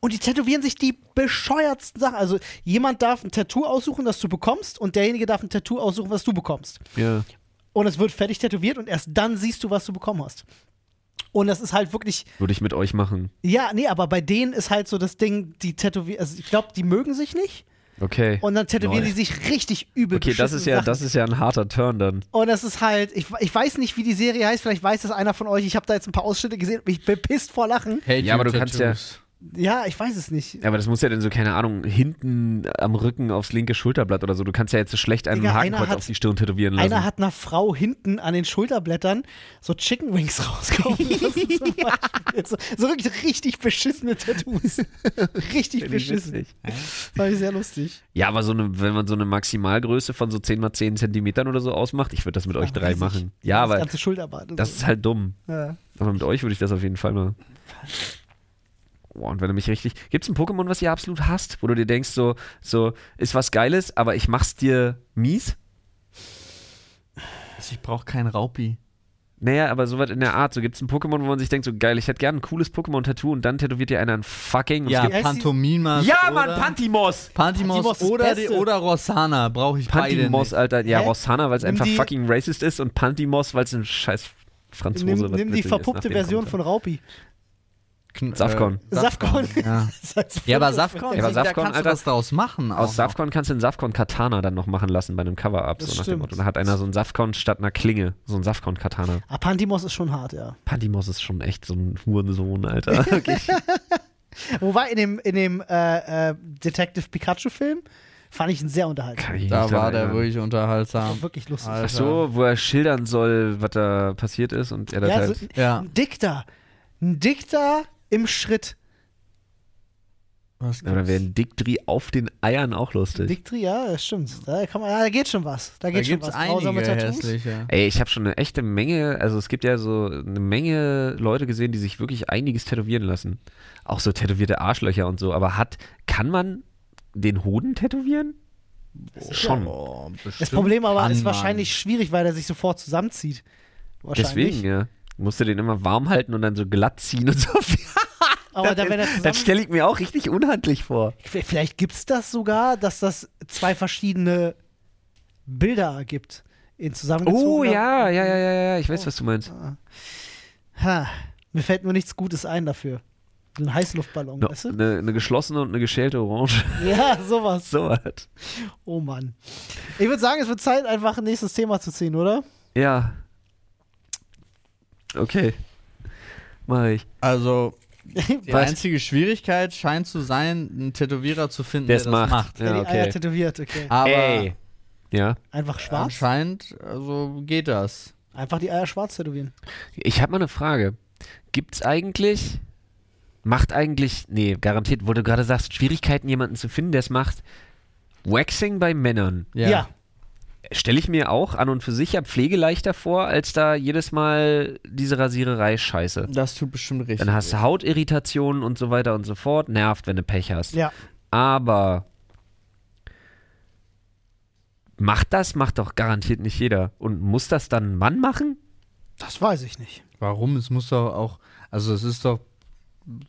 Und die tätowieren sich die bescheuertsten Sachen. Also jemand darf ein Tattoo aussuchen, das du bekommst, und derjenige darf ein Tattoo aussuchen, was du bekommst.
Ja.
Und es wird fertig tätowiert und erst dann siehst du, was du bekommen hast. Und das ist halt wirklich,
Würde ich mit euch machen.
ja, nee, aber bei denen ist halt so das Ding, die tätowieren, also ich glaube, die mögen sich nicht.
Okay.
Und dann tätowieren die
Lol.
sich richtig übel.
Okay, das
beschissene
ist ja,
Sachen.
das ist ja ein harter Turn dann.
Und das ist halt, ich, ich weiß nicht, wie die Serie heißt, vielleicht weiß das einer von euch. Ich habe da jetzt ein paar Ausschnitte gesehen und mich bepisst vor Lachen.
Hate
Ja, aber du kannst
Tattoos.
Ja, ich weiß es nicht.
Ja, aber das muss ja dann so, keine Ahnung, hinten am Rücken aufs linke Schulterblatt oder so. Du kannst ja jetzt so schlecht einen
Digga, einer
Hakenkreuz
hat-
auf die Stirn tätowieren lassen.
Einer hat einer Frau hinten an den Schulterblättern so Chicken Wings rausgehauen. lassen, zum Beispiel. so, so wirklich richtig beschissene Tattoos. Richtig
Finde ich
beschissen.
witzig.
Fand ich sehr lustig.
ja, aber so eine, wenn man so eine Maximalgröße von so 10 mal 10 Zentimetern oder so ausmacht, ich würde das mit euch drei
weiß ich.
machen. Ja,
das
aber
ganze Schulterblatt. und
das
so.
ist halt dumm.
ja.
Aber mit euch würde ich das auf jeden Fall machen. Boah, und wenn du mich richtig. Gibt es ein Pokémon, was ihr absolut hasst, wo du dir denkst, so, so ist was Geiles, aber ich mach's dir mies?
Also Ich brauche keinen Raupi.
Naja, aber sowas in der Art. So gibt es ein Pokémon, wo man sich denkt, so geil, ich hätte gern ein cooles Pokémon-Tattoo und dann tätowiert dir einer ein fucking. und es
Ja,
gibt-
heißt die-
Pantomimas.
ja Mann,
oder-
Pantimos!
Pantimos,
Pantimos ist
oder,
Beste.
die- oder Rossana brauche ich beide
Pantimos,
nicht.
Alter. Ja,
Hä?
Rossana, weil es
Nimm
einfach
die-
fucking racist ist und Pantimos, weil es ein scheiß Franzose
Nimm,
was
nimm die
witzig ist,
verpuppte
nachdem
Version
kommt
von Raupi.
Kn-
Safcon.
äh,
Safcon.
Ja. ja, aber Safcon,
Ja, aber
da
Safcon,
kannst
Alter,
du was draus machen.
Aus
auch noch.
Safcon kannst du den Safcon Katana dann noch machen lassen bei einem Cover-Up.
Das
So nach dem
stimmt.
Motto. Da hat einer so einen Safcon statt einer Klinge. So einen Safcon Katana.
Ah, Pantimos ist schon hart, ja.
Pandimos ist schon echt so ein Hurensohn, Alter.
Wobei in dem, in dem äh, äh, Detective Pikachu-Film fand ich ihn sehr unterhaltsam.
Kann ich mich
Da
nicht
war
dran
der
erinnern.
wirklich unterhaltsam.
War wirklich lustig.
Alter.
Ach so, wo er schildern soll, was da passiert ist und er das
Ja,
halt.
so,
Ja.
Ein Dichter. Ein Dichter im Schritt.
Was
Ja, Oder wäre ein Dickdreh auf den Eiern auch lustig.
Diktri, ja, das stimmt. Da, kann man, da geht schon was. Da
da
geht schon
gibt's
was.
einige
Grausame Tattoos.
hässliche.
Ey, ich habe schon eine echte Menge, also es gibt ja so eine Menge Leute gesehen, die sich wirklich einiges tätowieren lassen. Auch so tätowierte Arschlöcher und so, aber hat, kann man den Hoden tätowieren? Schon.
Oh, Das Problem aber
Kann
ist
man.
wahrscheinlich schwierig, weil er sich sofort zusammenzieht. Wahrscheinlich.
Deswegen, ja. Musst du den immer warm halten und dann so glatt ziehen und so.
Aber dann, wenn er
das
zusammen,
stelle ich mir auch richtig unhandlich vor.
vielleicht gibt es das sogar, dass das zwei verschiedene Bilder gibt. In zusammengezogener.
Oh ja, ja, ja, ja, ja, ich
Oh.
weiß, was du meinst.
Ah, Ha, mir fällt nur nichts Gutes ein dafür. So Ein Heißluftballon,
Eine
weißt du?
ne, ne geschlossene und eine geschälte Orange.
Ja, sowas.
so was.
Oh Mann. Ich würde sagen, es wird Zeit, einfach ein nächstes Thema zu ziehen, oder?
Ja. Okay. Mach ich.
Also, die
Was?
einzige Schwierigkeit scheint zu sein, einen Tätowierer zu finden,
Der's
der das
macht.
macht.
Ja,
Wer die Eier
okay.
tätowiert, okay.
Aber
Ey. Ja.
Einfach schwarz?
anscheinend also geht das.
Einfach die Eier schwarz tätowieren.
Ich habe mal eine Frage. Gibt's eigentlich, macht eigentlich, nee, garantiert, wo du gerade sagst, Schwierigkeiten, jemanden zu finden, der es macht, Waxing bei Männern.
ja.
Stelle ich mir auch an und für sich ja pflegeleichter vor, als da jedes Mal diese Rasiererei-Scheiße.
Das tut bestimmt richtig.
Dann hast du Hautirritationen und so weiter und so fort. Nervt, wenn du Pech hast.
Ja.
Aber macht das, macht doch garantiert nicht jeder. Und muss das dann ein Mann machen?
Das weiß ich nicht.
Warum? Es muss doch auch. Also, es ist doch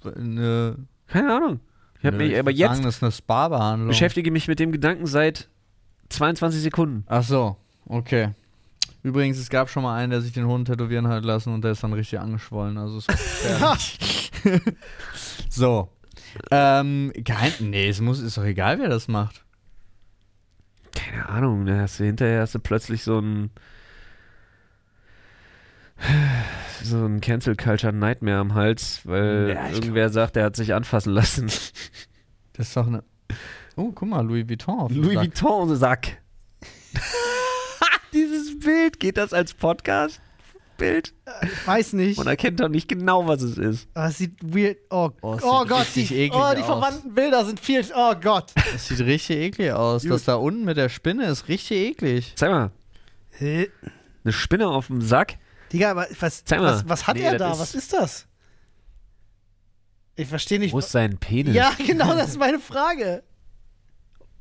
eine.
Keine Ahnung. Ich habe
eine-
mich,
ich
aber
würd
jetzt
Sagen, das ist eine Spa-Behandlung.
beschäftige mich mit dem Gedanken seit 22 Sekunden.
Ach so, okay. Übrigens, es gab schon mal einen, der sich den Hund tätowieren hat lassen und der ist dann richtig angeschwollen. Also es gefährlich. so. Ähm, kein, nee, es muss, ist doch egal, wer das macht.
Keine Ahnung. Dann hast du hinterher hast du plötzlich so ein so ein Cancel Culture Nightmare am Hals, weil
Ja, ich glaub-
irgendwer sagt, er hat sich anfassen lassen.
Das ist doch eine. Oh, guck mal, Louis Vuitton. Auf dem
Louis
Sack.
Vuitton Sack. Dieses Bild, geht das als Podcast? Bild.
Ich weiß nicht.
Man erkennt doch nicht genau, was es ist.
Aber es sieht weird. Oh, oh,
Oh, es sieht
Gott, die,
richtig eklig
oh, die
aus.
verwandten Bilder sind viel. Oh Gott.
Das sieht richtig eklig aus. Das da unten mit der Spinne ist richtig eklig.
Zeig mal,
Hä?
eine Spinne auf dem Sack.
Digga, aber was,
Zeig mal.
was, was hat
Nee,
er
das
da?
ist-
was ist das? Ich verstehe nicht.
Wo ist sein Penis?
ja, genau, das ist meine Frage.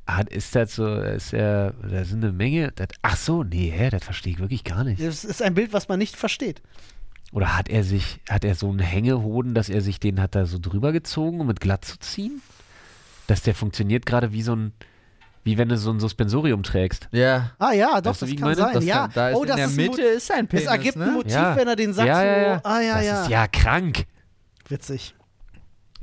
Hat, ist das so, ist er, da sind eine Menge. Das, ach so, nee, hä, das verstehe ich wirklich gar nicht.
Das ist ein Bild, was man nicht versteht.
Oder hat er sich, hat er so einen Hängehoden, dass er sich den hat da so drüber gezogen, um mit glatt zu ziehen? Dass der funktioniert gerade wie so ein, wie wenn du so ein Suspensorium trägst.
Ja.
Ah ja, doch,
Weißt du,
das
wie ich
kann
meine?
sein.
Das
ja.
kann, da ist
oh, das
in der
ist ein Mo-
Mitte ist ein Penis.
es ergibt
ne?
ein Motiv,
Ja.
wenn er den sagt
Ja,
so,
ja, ja.
ah ja,
das
ja.
ist ja krank.
Witzig.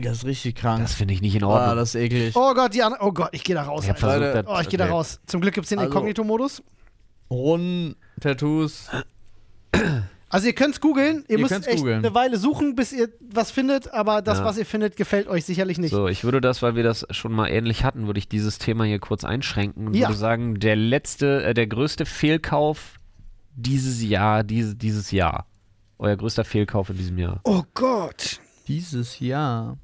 Das ist richtig krank.
Das finde ich nicht in Ordnung.
Ah, das ist eklig.
Oh Gott, die andere. Oh Gott, ich gehe da raus.
Ich habe
Alter.
versucht,
Leute,
das-
Oh, ich gehe da
okay.
raus. Zum Glück gibt es den
Also-
Inkognito-Modus.
Runden, Tattoos.
Also ihr könnt's googeln, ihr,
Ihr
müsst
könnt's
echt
googeln.
eine Weile suchen, bis ihr was findet, aber das,
Ja.
was ihr findet, gefällt euch sicherlich nicht.
So, ich würde das, weil wir das schon mal ähnlich hatten, würde ich dieses Thema hier kurz einschränken und
Ja.
würde sagen, der letzte, äh, der größte Fehlkauf dieses Jahr, diese, dieses Jahr. Euer größter Fehlkauf in diesem Jahr.
Oh Gott.
Dieses Jahr.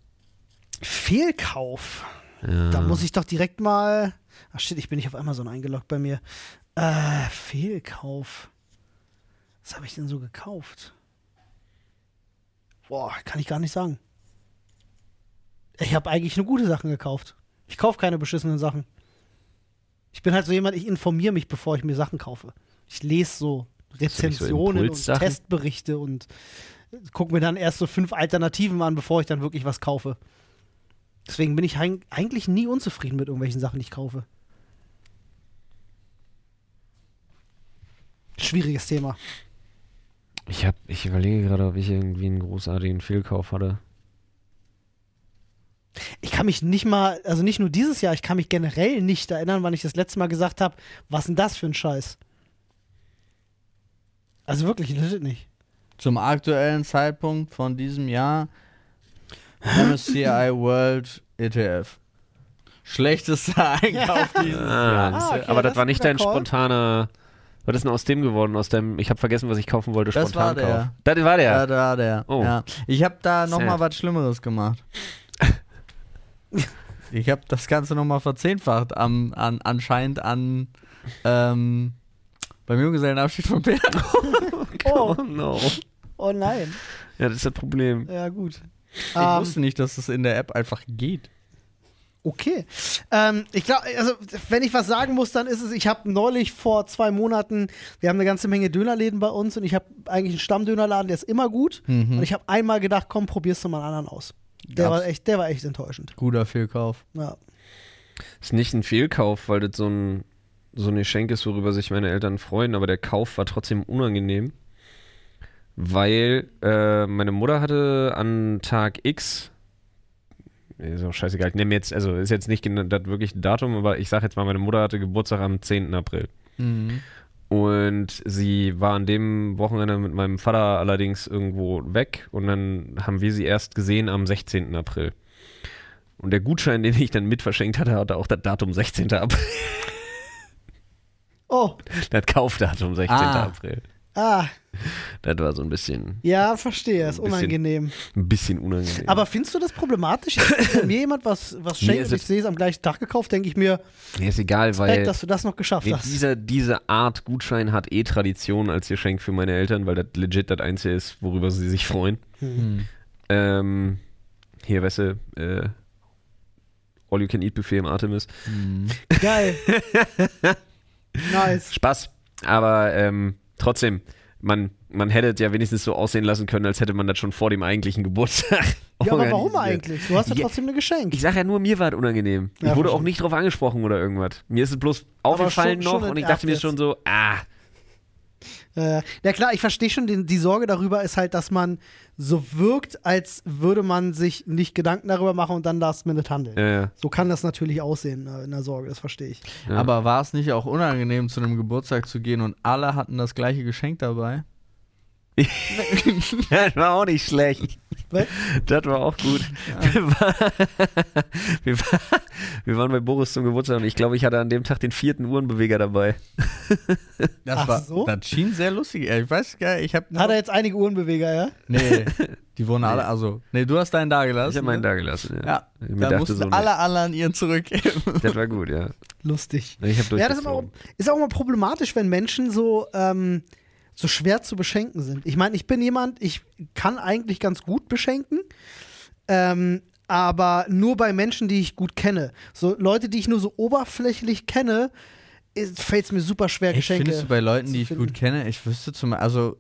Fehlkauf. Da muss ich doch direkt mal. Ach shit, ich bin nicht auf Amazon eingeloggt bei mir. Äh, Fehlkauf. Was habe ich denn so gekauft? Boah, kann ich gar nicht sagen. Ich habe eigentlich nur gute Sachen gekauft. Ich kaufe keine beschissenen Sachen. Ich bin halt so jemand, ich informiere mich, bevor ich mir Sachen kaufe. Ich lese so
nicht so
Rezensionen und
Impulssachen?
Testberichte und gucke mir dann erst so fünf Alternativen an, bevor ich dann wirklich was kaufe. Deswegen bin ich hein- eigentlich nie unzufrieden mit irgendwelchen Sachen, die ich kaufe. Schwieriges Thema.
Ich hab, ich überlege gerade, ob ich irgendwie einen großartigen Fehlkauf hatte.
Ich kann mich nicht mal, also nicht nur dieses Jahr, ich kann mich generell nicht erinnern, wann ich das letzte Mal gesagt habe, was denn das für ein Scheiß? Also wirklich, legit nicht.
Zum aktuellen Zeitpunkt von diesem Jahr MSCI World ETF. Schlechtester Einkauf dieses
Ah,
Jahr.
siehst du.
okay,
aber das,
das ist
war
ein
nicht
guter
dein
Call.
spontaner. Was ist denn aus dem geworden? Aus dem, ich habe vergessen, was ich kaufen wollte.
Das war
Spontankauf.
der.
Das war der.
Ja, da, der.
Oh.
Ja. Ich habe da
Sad.
nochmal was Schlimmeres gemacht. ich habe das Ganze nochmal verzehnfacht am, an, anscheinend an ähm, beim Junggesellenabschied von Peter.
Oh, no.
Oh nein.
Ja, das ist das Problem.
Ja, gut. Ähm,
Ich wusste nicht, dass es in der App einfach geht.
Okay. Ähm, ich glaube, also wenn ich was sagen muss, dann ist es, ich habe neulich vor zwei Monaten, wir haben eine ganze Menge Dönerläden bei uns und ich habe eigentlich einen Stammdönerladen, der ist immer gut. Und ich habe einmal gedacht, komm, probierst du mal einen anderen aus. Der
Gab's?
war, echt, der war echt enttäuschend.
Guter Fehlkauf.
Ja.
Ist nicht ein Fehlkauf, weil das so ein, so ein Geschenk ist, worüber sich meine Eltern freuen, aber der Kauf war trotzdem unangenehm. Weil äh, meine Mutter hatte an Tag X. Nee, Ist auch scheißegal. Ich nehme jetzt, also ist jetzt nicht gena- das wirklich ein Datum, aber ich sage jetzt mal, meine Mutter hatte Geburtstag am 10. April. Mhm. Und sie war an dem Wochenende mit meinem Vater allerdings irgendwo weg und dann haben wir sie erst gesehen am 16. April. Und der Gutschein, den ich dann mitverschenkt hatte, hatte auch das Datum 16. April.
Oh,
Das Kaufdatum 16.
Ah.
April.
ah,
Das war so ein bisschen,
ja, verstehe, ist
Ein bisschen.
unangenehm.
ein bisschen unangenehm.
Aber findest du das problematisch? Wenn mir jemand was, was
Mir
schenkt
ist
und ich
es-
sehe es am gleichen Tag gekauft, denke ich mir,
nee, ist egal,
hey,
weil
dass du das noch geschafft
nee,
hast.
diese, diese Art Gutschein hat eh Tradition als Geschenk für meine Eltern, weil das legit das Einzige ist, worüber sie sich freuen.
Hm.
Ähm, hier, weißt du, äh, All-You-Can-Eat-Buffet im Artemis.
Geil. nice.
Spaß. Aber ähm, trotzdem, man, man hätte es ja wenigstens so aussehen lassen können, als hätte man das schon vor dem eigentlichen Geburtstag.
Ja, aber warum
organisiert.
eigentlich? Du hast ja
Ja.
trotzdem eine Geschenk.
Ich sag ja nur, mir war es unangenehm. Ich
Ja,
wurde
verstehe.
auch nicht drauf angesprochen oder irgendwas. Mir ist es bloß aufgefallen
schon- schon
noch und ich
entnervt
dachte mir
jetzt.
schon so, ah,
Äh, na klar, ich verstehe schon, den, die Sorge darüber ist halt, dass man so wirkt, als würde man sich nicht Gedanken darüber machen und dann last minute handeln.
äh,
So kann das natürlich aussehen äh, in der Sorge, das verstehe ich.
Ja.
Aber war es nicht auch unangenehm, zu einem Geburtstag zu gehen und alle hatten das gleiche Geschenk dabei?
das war auch nicht schlecht.
Was?
Das war auch gut. Wir, war, wir, war, wir waren bei Boris zum Geburtstag und ich glaube, ich hatte an dem Tag den vierten Uhrenbeweger dabei.
Das
Ach
war,
so?
Das schien sehr lustig. ey. Ich weiß gar nicht, ich habe
Hat er jetzt einige Uhrenbeweger, ja?
Nee, die wurden alle, also, nee, du hast deinen da gelassen.
Ich habe meinen
ne?
da gelassen. Ja.
Ja,
Ich mir
da
dachte
mussten
so, nee.
alle anderen ihren zurückgeben.
Das war gut, ja.
Lustig.
Ich hab
Ja, das ist, aber auch,
durchgezogen.
ist auch immer problematisch, wenn Menschen so, ähm, so schwer zu beschenken sind. Ich meine, ich bin jemand, ich kann eigentlich ganz gut beschenken, ähm, aber nur bei Menschen, die ich gut kenne. So Leute, die ich nur so oberflächlich kenne, fällt es mir super schwer,
Ich
Geschenke.
findest du bei Leuten, die ich
zu
gut kenne, ich wüsste zum also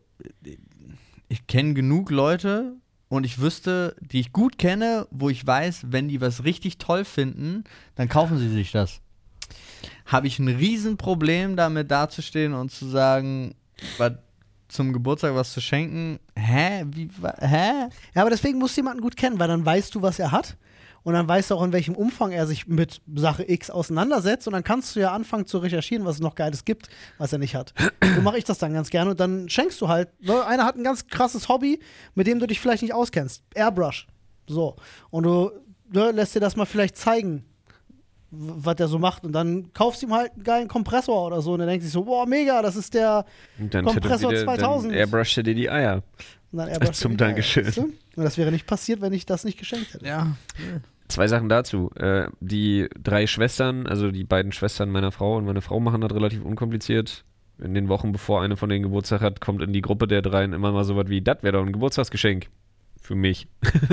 ich kenne genug Leute und ich wüsste, die ich gut kenne, wo ich weiß, wenn die was richtig toll finden, dann kaufen sie sich das. Habe ich ein Riesenproblem damit dazustehen und zu sagen, was zum Geburtstag was zu schenken? Hä? Wie, wa- hä?
Ja, aber deswegen musst du jemanden gut kennen, weil dann weißt du, was er hat. Und dann weißt du auch, in welchem Umfang er sich mit Sache X auseinandersetzt. Und dann kannst du ja anfangen zu recherchieren, was es noch Geiles gibt, was er nicht hat. So mache ich das dann ganz gerne. Und dann schenkst du halt. Ne? Einer hat ein ganz krasses Hobby, mit dem du dich vielleicht nicht auskennst. Airbrush. So. Und du ne, lässt dir das mal vielleicht zeigen, w- was der so macht. Und dann kaufst du ihm halt einen geilen Kompressor oder so. Und dann denkst du dich so, boah, mega, das ist der.
Und dann
Kompressor
tätowierte-
2000.
Dann airbrushed dir die Eier.
Und dann Airbrush
Zum
dir die Eier,
Dankeschön.
weißt du? Und das wäre nicht passiert, wenn ich das nicht geschenkt hätte.
Ja.
Zwei Sachen dazu. Äh, die drei Schwestern, also die beiden Schwestern meiner Frau und meine Frau machen das relativ unkompliziert. In den Wochen, bevor eine von denen Geburtstag hat, kommt in die Gruppe der dreien immer mal sowas wie, das wäre doch ein Geburtstagsgeschenk. Für mich.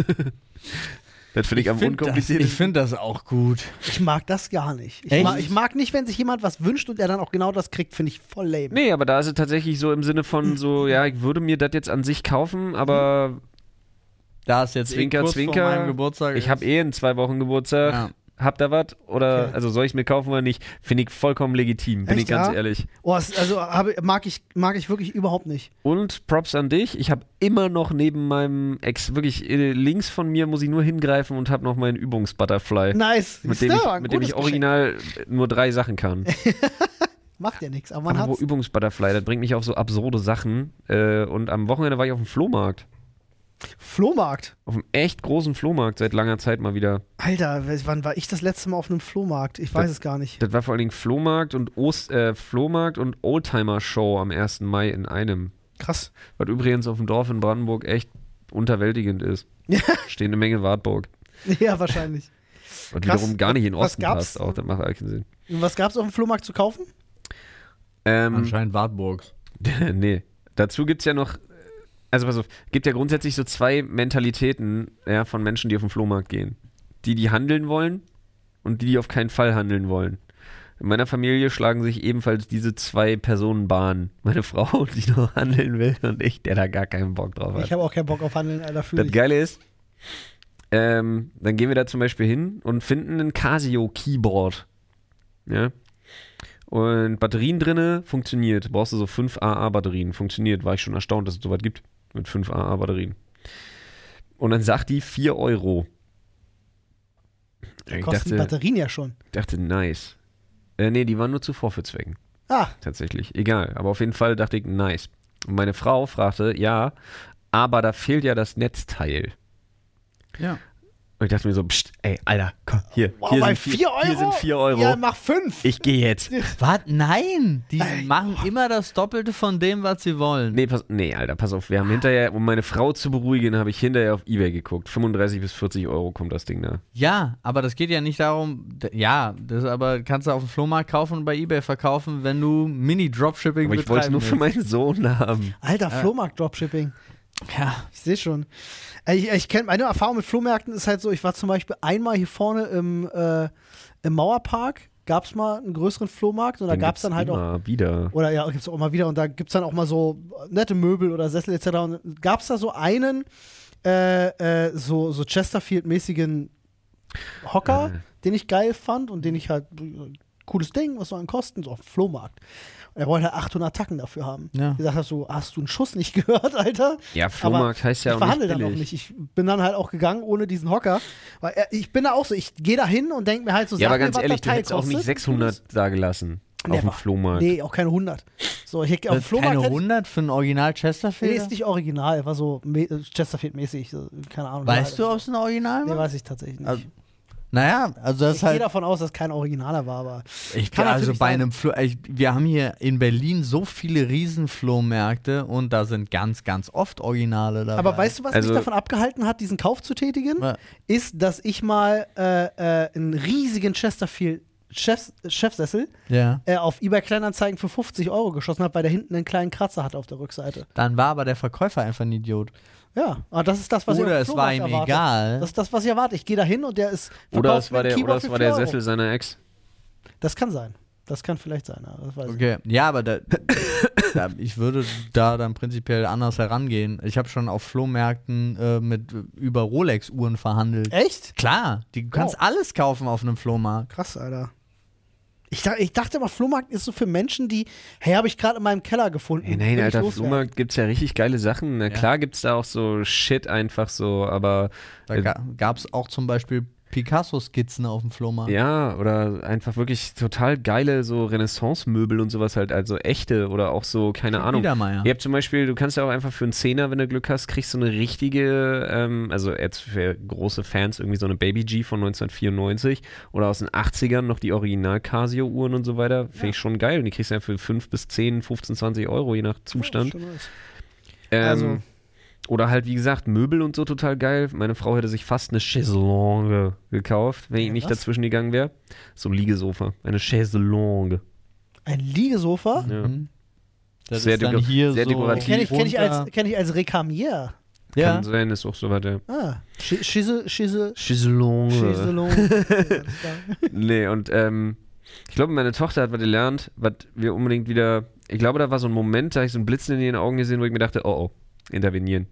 das finde ich, am
find das,
unkompliziertesten.
ich finde das auch gut.
Ich mag das gar nicht. Ich
Echt?
mag, ich mag nicht, wenn sich jemand was wünscht und er dann auch genau das kriegt, finde ich voll lame.
Nee, aber da ist es tatsächlich so im Sinne von so, ja, ich würde mir das jetzt an sich kaufen, aber
Da ist jetzt eh
Zwinker,
kurz vor meinem
Zwinker.
Geburtstag.
ich habe
ist.
eh in zwei Wochen Geburtstag.
Ja.
habt ihr was? Oder also soll ich es mir kaufen oder nicht? Finde ich vollkommen legitim, bin
Echt,
ich ganz
ja?
ehrlich.
Oh, es- also habe, mag, ich, mag ich wirklich überhaupt nicht.
Und Props an dich. Ich habe immer noch neben meinem Ex, wirklich äh, links von mir muss ich nur hingreifen und habe noch meinen Übungsbutterfly.
Nice.
Mit
Siehst
dem
du?
ich,
Ein
mit dem
gutes
ich original äh, nur drei Sachen kann.
Geschenk. Macht ja nichts, aber man
Apropos
hat's.
Übungsbutterfly, das bringt mich auf so absurde Sachen. Äh, und am Wochenende war ich auf dem Flohmarkt.
Flohmarkt.
Auf einem echt großen Flohmarkt seit langer Zeit mal wieder.
Alter, w- wann war ich das letzte Mal auf einem Flohmarkt? Ich weiß es gar nicht.
Das war vor allen Dingen Flohmarkt und Ost, äh, Flohmarkt und Oldtimer Show am 1. Mai in einem.
Krass.
Was übrigens auf dem Dorf in Brandenburg echt unterwältigend ist.
Ja.
Stehen eine Menge Wartburg.
Ja, wahrscheinlich.
Und
Krass.
wiederum gar nicht in den
Was
Osten
gab's?
passt auch. Das macht eigentlich keinen Sinn.
Und was gab's auf dem Flohmarkt zu kaufen?
Ähm,
Anscheinend Wartburg.
nee. Dazu gibt es ja noch, also pass auf, gibt ja grundsätzlich so zwei Mentalitäten ja, von Menschen, die auf den Flohmarkt gehen. Die, die handeln wollen und die, die auf keinen Fall handeln wollen. In meiner Familie schlagen sich ebenfalls diese zwei Personen Bahn. Meine Frau, die noch handeln will und ich, der da gar keinen Bock drauf hat.
Ich habe auch keinen Bock auf Handeln, Alter, fühle
Das
ich.
Geile ist, ähm, dann gehen wir da zum Beispiel hin und finden ein Casio-Keyboard. Ja. Und Batterien drinne funktioniert. Brauchst du so 5 AA-Batterien. Funktioniert. War ich schon erstaunt, dass es sowas gibt. Mit 5 AA-Batterien. Und dann sagt die 4 Euro. Ich
Kosten
dachte,
Batterien ja schon.
dachte, nice. Äh, nee, die waren nur zu Vorführzwecken
Ah,
tatsächlich. Egal. Aber auf jeden Fall dachte ich, nice. Und meine Frau fragte, ja, aber da fehlt ja das Netzteil.
Ja.
Und ich dachte mir so, pst, ey, Alter, komm, hier.
wow,
hier,
bei
sind vier,
4 Euro?
hier sind 4 Euro.
Ja, mach 5.
ich gehe jetzt.
Was? Nein! Die machen immer das Doppelte von dem, was sie wollen.
Nee, pass, nee, Alter, pass auf. Wir haben hinterher, um meine Frau zu beruhigen, habe ich hinterher auf Ebay geguckt. 35 bis 40 Euro kommt das Ding da.
Ja, aber das geht ja nicht darum. d- Ja, das aber kannst du auf dem Flohmarkt kaufen und bei eBay verkaufen, wenn du Mini-Dropshipping
Aber ich wollte es nur für
willst.
meinen Sohn haben.
Alter, Flohmarkt-Dropshipping.
Ja,
Ich sehe schon. Ich, ich kenne meine Erfahrung mit Flohmärkten ist halt so, ich war zum Beispiel einmal hier vorne im, äh, im Mauerpark, gab es mal einen größeren Flohmarkt und da
Den
gab es
gibt's
dann halt auch,
immer wieder.
oder ja, gibt es auch mal wieder und da gibt es dann auch mal so nette Möbel oder Sessel etc. Und gab es da so einen, äh, äh, so, so Chesterfield-mäßigen Hocker,
Äh.
den ich geil fand und den ich halt, äh, cooles Ding, was soll ein kosten, so auf dem Flohmarkt. Und er wollte halt 800 Tacken dafür haben.
Ja.
Ich gesagt, hast du, hast du einen Schuss nicht gehört, Alter?
Ja, Flohmarkt
Aber
heißt ja
ich
auch nicht
verhandle dann auch
billig.
nicht. Ich bin dann halt auch gegangen ohne diesen Hocker. Weil äh, ich bin da auch so, ich gehe da hin und denke mir halt so,
Ja,
sag
aber
mir,
ganz
was
ehrlich,
der
du
Teil
hättest auch nicht
kostet.
600 da gelassen. Auf
Never.
dem Flohmarkt.
Nee, auch keine 100. So, ich auf dem
das ist Äh, keine
Flohmarkt hätte ich,
100 für ein Original
nee,
Chesterfield?
ist nicht original, war so me- äh, Chesterfield-mäßig, so, keine Ahnung.
weißt du,
Ja,
ob es ein Original
Nee,
war?
weiß ich tatsächlich nicht.
Also, naja, also das
ich
ist halt.
gehe davon aus, dass kein Originaler war, aber
Ich
Kann
kann also
natürlich
bei
sein.
einem Flo ich, wir haben hier in Berlin so viele Riesenflohmärkte und da sind ganz ganz oft Originale dabei.
Aber weißt du, was
Also-
mich davon abgehalten hat, diesen Kauf zu tätigen?
Ja.
Ist, dass ich mal äh, äh, einen riesigen Chesterfield Chefs Chefsessel
Ja.
äh, auf eBay Kleinanzeigen für 50 Euro geschossen habe, weil der hinten einen kleinen Kratzer hat auf der Rückseite.
Dann war aber der Verkäufer einfach ein Idiot.
Ja, aber das ist das, was ich
Oder
auf dem
es war
Flohmarkt
ihm
erwarte.
egal.
Das ist das, was ich erwarte. Ich gehe da hin und der ist
oder
verkauft
es
mir ein
war der, oder
Keyboard
es
für
war der
4 Euro.
Sessel seiner Ex.
Das kann sein. Das kann vielleicht sein. aber Das weiß ich.
Okay, ja, aber da, da, ich würde da dann prinzipiell anders herangehen. Ich habe schon auf Flohmärkten äh, mit über Rolex Uhren verhandelt.
Echt?
Klar, die, du kannst
Oh.
alles kaufen auf einem Flohmarkt.
Krass, Alter. Ich, dach- ich dachte immer, Flohmarkt ist so für Menschen, die, hey, habe ich gerade in meinem Keller gefunden.
Ey,
will
nein,
ich
Alter,
loswerden.
Flohmarkt gibt's ja richtig geile Sachen. Na
Ja.
klar gibt's da auch so Shit einfach so, aber
Da
Äh,
ga, gab es auch zum Beispiel Picasso Skizzen auf dem Flohmarkt.
ja, oder einfach wirklich total geile so Renaissance-Möbel und sowas halt, also echte oder auch so, keine
Schon
Ahnung.
wieder mal, ja.
Ihr habt zum Beispiel, du kannst ja auch einfach für einen Zehner, wenn du Glück hast, kriegst du eine richtige, ähm, also jetzt für große Fans irgendwie so eine Baby G von 1994 oder aus den 80ern noch die Original Casio-Uhren und so weiter. Finde ich schon geil. Und die kriegst du ja für 5 bis 10, 15, 20 Euro, je nach Zustand.
Schon nice.
Ähm,
Also-
Oder halt, wie gesagt, Möbel und so total geil. Meine Frau hätte sich fast eine Chaiselongue gekauft, wenn ich
Ja,
nicht
was?
dazwischen gegangen wäre. So ein Liegesofa. Eine Chaiselongue.
Ein Liegesofa?
Ja.
Das
Sehr
ist dann
deko-
hier
sehr
so
dekorativ.
Kenne ich, kenn ich, als-
runter.
kenn ich als Rekamier.
ja.
Kann sein, ist auch so weiter.
Ah, Schi- Schisse, Schisse,
Chaiselongue.
Schisselung.
Nee, und ähm, ich glaube, meine Tochter hat was gelernt, was wir unbedingt wieder. Ich glaube, da war so ein Moment, da habe ich so ein Blitzen in ihren Augen gesehen, wo ich mir dachte, oh oh, intervenieren.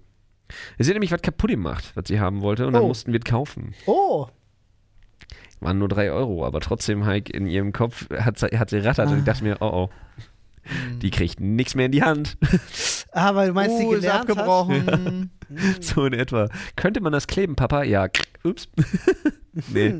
Sie hat nämlich was kaputt gemacht, was sie haben wollte, und dann
Oh.
mussten wir es kaufen.
oh,
Waren nur drei Euro, aber trotzdem, Heike, in ihrem Kopf hat sie, hat sie rattert und ich dachte mir, oh oh,
Mhm.
die kriegt nichts mehr in die Hand.
Ah, weil du meinst, die
Oh,
Uh, ist
gelernt hat.
abgebrochen.
So in etwa. Könnte man das kleben, Papa? Ja. Ups. nee. Nee,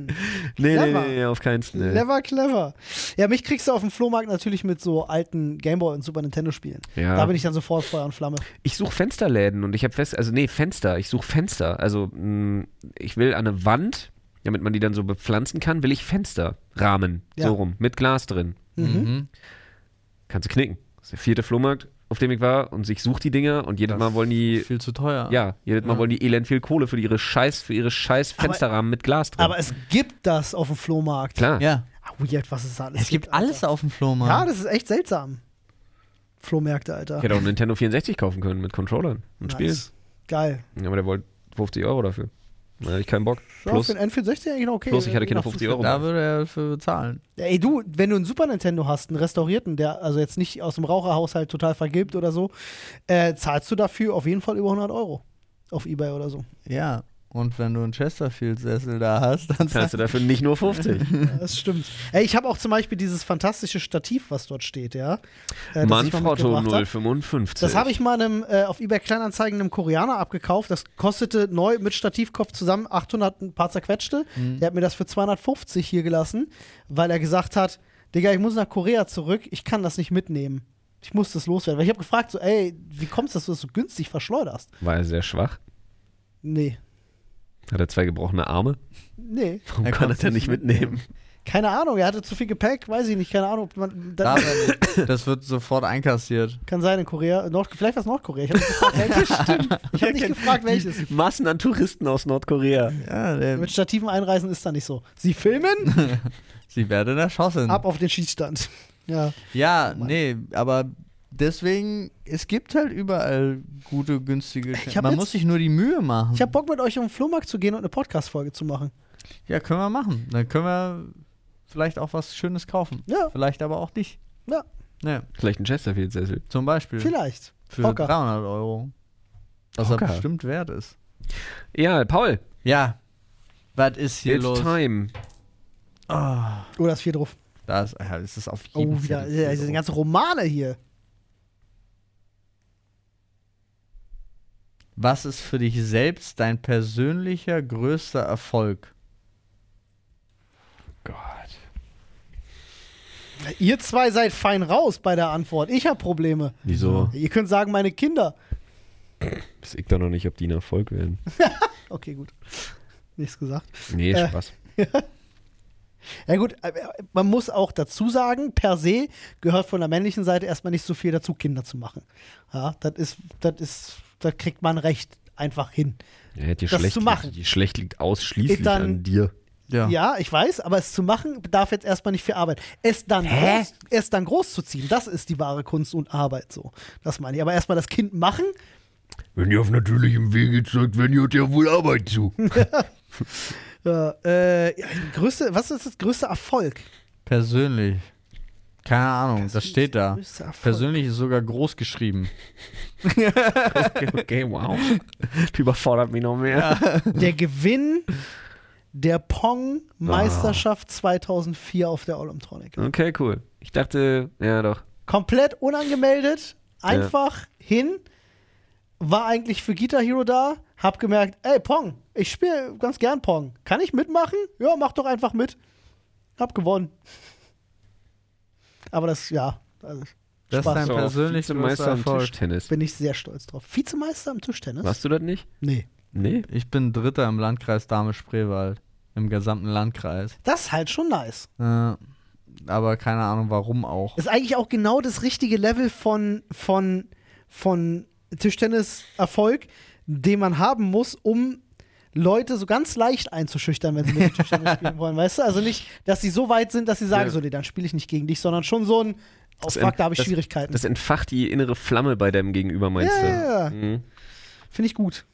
nee,
Hm. Clever.
nee, nee, auf keinen Fall. Nee.
Clever, clever. Ja, mich kriegst du auf dem Flohmarkt natürlich mit so alten Gameboy- und Super Nintendo-Spielen.
Ja.
Da bin ich dann sofort Feuer und Flamme.
Ich suche Fensterläden und ich habe fest, also nee, Fenster, ich suche Fenster. Also mh, ich will an eine Wand, damit man die dann so bepflanzen kann, will ich Fensterrahmen,
Ja.
so rum, mit Glas drin.
Mhm.
Kannst du knicken. Das ist der vierte Flohmarkt, auf dem ich war und ich suche die Dinger und jedes Mal wollen die,
Viel zu teuer.
Ah.
ja, jedes Mal wollen die elend viel Kohle für ihre Scheiß, für ihre Scheiß
Aber-
Fensterrahmen mit Glas drin.
Aber es gibt das auf dem Flohmarkt.
Klar.
Ja.
Ah, weird, was es da alles
Es gibt
Alter.
alles auf dem Flohmarkt.
Ja, das ist echt seltsam. Flohmärkte, Alter.
Ich hätte auch einen Nintendo 64 kaufen können mit Controllern und Spielen.
Nice. Geil.
Ja, aber der wollte 50 Euro dafür. Da hatte ich keinen Bock.
Ja,
Plus,
für den N64 eigentlich noch okay.
plus ich hatte
Je
keine
nach
50
Zustand.
Euro.
da
mehr.
würde er für bezahlen.
Ja, Ey, du, wenn du einen Super Nintendo hast, einen restaurierten, der also jetzt nicht aus dem Raucherhaushalt total vergilbt oder so, äh, zahlst du dafür auf jeden Fall über 100 Euro. Auf Ebay oder so.
Ja. Und wenn du einen Chesterfield-Sessel da hast, dann
Zahlst du dafür nicht nur 50.
Ja, das stimmt. Ey, ich habe auch zum Beispiel dieses fantastische Stativ, was dort steht, ja. Äh, das ich mal
Manfrotto
mitgebracht hab.
055.
Das habe ich mal einem, äh, auf eBay Kleinanzeigen einem Koreaner abgekauft. Das kostete neu mit Stativkopf zusammen 800, ein paar zerquetschte. Der hat mir das für 250 hier gelassen, weil er gesagt hat, Digga, ich muss nach Korea zurück, ich kann das nicht mitnehmen. Ich muss das loswerden. Weil ich habe gefragt, so, ey, wie kommst du, dass du das so günstig verschleuderst?
War er sehr schwach?
Nee,
Hat er zwei gebrochene Arme?
nee.
Warum
Er
kann er
kann's
denn nicht
nicht
mitnehmen?
Keine Ahnung, er hatte zu viel Gepäck, weiß ich nicht, keine Ahnung. Ob man, da,
Da wird, das wird sofort einkassiert.
kann sein in Korea, Nord, vielleicht war es Nordkorea. Ich habe nicht gefragt, welches. Ich hab nicht gefragt, welches.
Massen an Touristen aus Nordkorea.
Ja, der,
Mit Stativen einreisen ist da nicht so. Sie filmen?
sie werden erschossen.
ab auf den Schießstand. Ja.
Ja, nee, aber deswegen, es gibt halt überall gute, günstige
Ich
Geschenke.
hab
Man
jetzt-
muss sich nur die Mühe machen.
Ich habe Bock mit euch auf den Flohmarkt zu gehen und eine Podcast-Folge zu machen.
ja, können wir machen. Dann können wir vielleicht auch was Schönes kaufen.
Ja.
Vielleicht aber auch nicht.
Ja,
Ja,
Vielleicht ein Chesterfield-Sessel.
zum Beispiel.
vielleicht.
Für
Hocker.
300 Euro. Was
Hocker.
er bestimmt wert ist.
Ja, Paul,
Ja. Was ist hier
it's
los?
time.
Oh, da ist viel drauf.
Da ist, ja, es ist auf jeden
Oh,
Fall.
wieder. Ja, diese ganzen Romane hier.
Was ist für dich selbst dein persönlicher größter Erfolg?
Gott.
Ihr zwei seid fein raus bei der Antwort. Ich habe Probleme.
Wieso?
Ihr könnt sagen, meine Kinder.
Weiß ich doch noch nicht, ob die ein Erfolg werden.
Okay, gut. Nichts gesagt.
Nee,
Äh.
Spaß.
Ja gut, aber man muss auch dazu sagen, per se gehört von der männlichen Seite erstmal nicht so viel dazu, Kinder zu machen. Ja, das ist, das ist, da kriegt man recht einfach hin.
Ja, die
Das
schlecht
zu machen.
Liegt, die schlecht liegt ausschließlich
Dann-
an dir.
Ja, ich weiß, aber es zu machen bedarf jetzt erstmal nicht viel Arbeit. Es dann, groß, es dann groß zu ziehen, das ist die wahre Kunst und Arbeit so. Das meine ich. Aber erstmal das Kind machen,
Wenn ihr auf natürlichem Wege zeugt, wenn ihr ja wohl Arbeit zu.
äh, äh, ja, größte, was ist das größte Erfolg?
Persönlich. Keine Ahnung, das steht da.
größter Erfolg.
Persönlich ist sogar groß geschrieben.
Okay, okay wow. Die überfordert mich noch mehr.
Der Gewinn der Pong-Meisterschaft 2004 auf der Olymtronic.
Okay, cool. Ich dachte, ja doch.
Komplett unangemeldet, einfach hin, war eigentlich für Guitar Hero da, hab gemerkt, ey Pong, ich spiele ganz gern Pong. Kann ich mitmachen? Ja, mach doch einfach mit. Hab gewonnen. Aber das, ja, also
Das ist
Spaß.
dein
So,
persönlich größter
Vizemeister im
Erfolg.
Tischtennis.
bin ich sehr stolz drauf. Vizemeister am Tischtennis?
Warst du das nicht?
Nee. Oh,
Nee.
Ich bin Dritter im Landkreis Dahme-Spreewald. Im gesamten Landkreis.
Das ist halt schon nice.
Äh, aber keine Ahnung, warum auch.
Ist eigentlich auch genau das richtige Level von, von, von Tischtennis-Erfolg, den man haben muss, um Leute so ganz leicht einzuschüchtern, wenn sie mit dem Tischtennis spielen wollen, weißt du? Also nicht, dass sie so weit sind, dass sie sagen,
Ja.
so, nee, dann spiele ich nicht gegen dich, sondern schon so ein, oh fuck, da habe ich
das-
Schwierigkeiten.
Das entfacht die innere Flamme bei deinem Gegenüber, meinst
Ja,
du?
ja, ja.
Mhm.
Finde ich gut.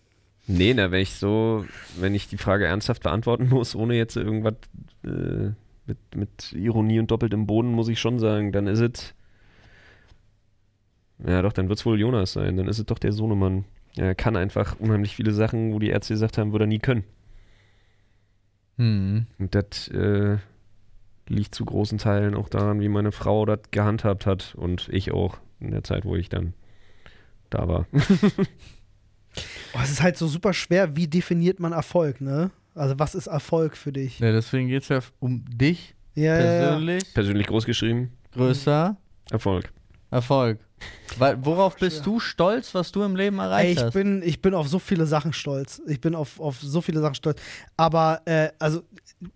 Nee, na, wenn ich so, wenn ich die Frage ernsthaft beantworten muss, ohne jetzt irgendwas äh, mit, mit Ironie und doppeltem Boden, muss ich schon sagen, dann ist es. Ja, doch, dann wird es wohl Jonas sein. Dann ist es doch der Sohnemann. Er kann einfach unheimlich viele Sachen, wo die Ärzte gesagt haben, würde er nie können.
Hm.
Und das äh, liegt zu großen Teilen auch daran, wie meine Frau das gehandhabt hat und ich auch in der Zeit, wo ich dann da war.
Oh, es ist halt so super schwer, wie definiert man Erfolg, ne? Also was ist Erfolg für dich?
Ja, deswegen geht es ja um dich
Ja, ja, ja.
persönlich.
Persönlich großgeschrieben,
Größer
Erfolg.
Erfolg. Weil, worauf bist du stolz, was du im Leben
Ey,
erreicht
ich
hast?
bin, ich bin auf so viele Sachen stolz. Ich bin auf, auf so viele Sachen stolz. Aber äh, also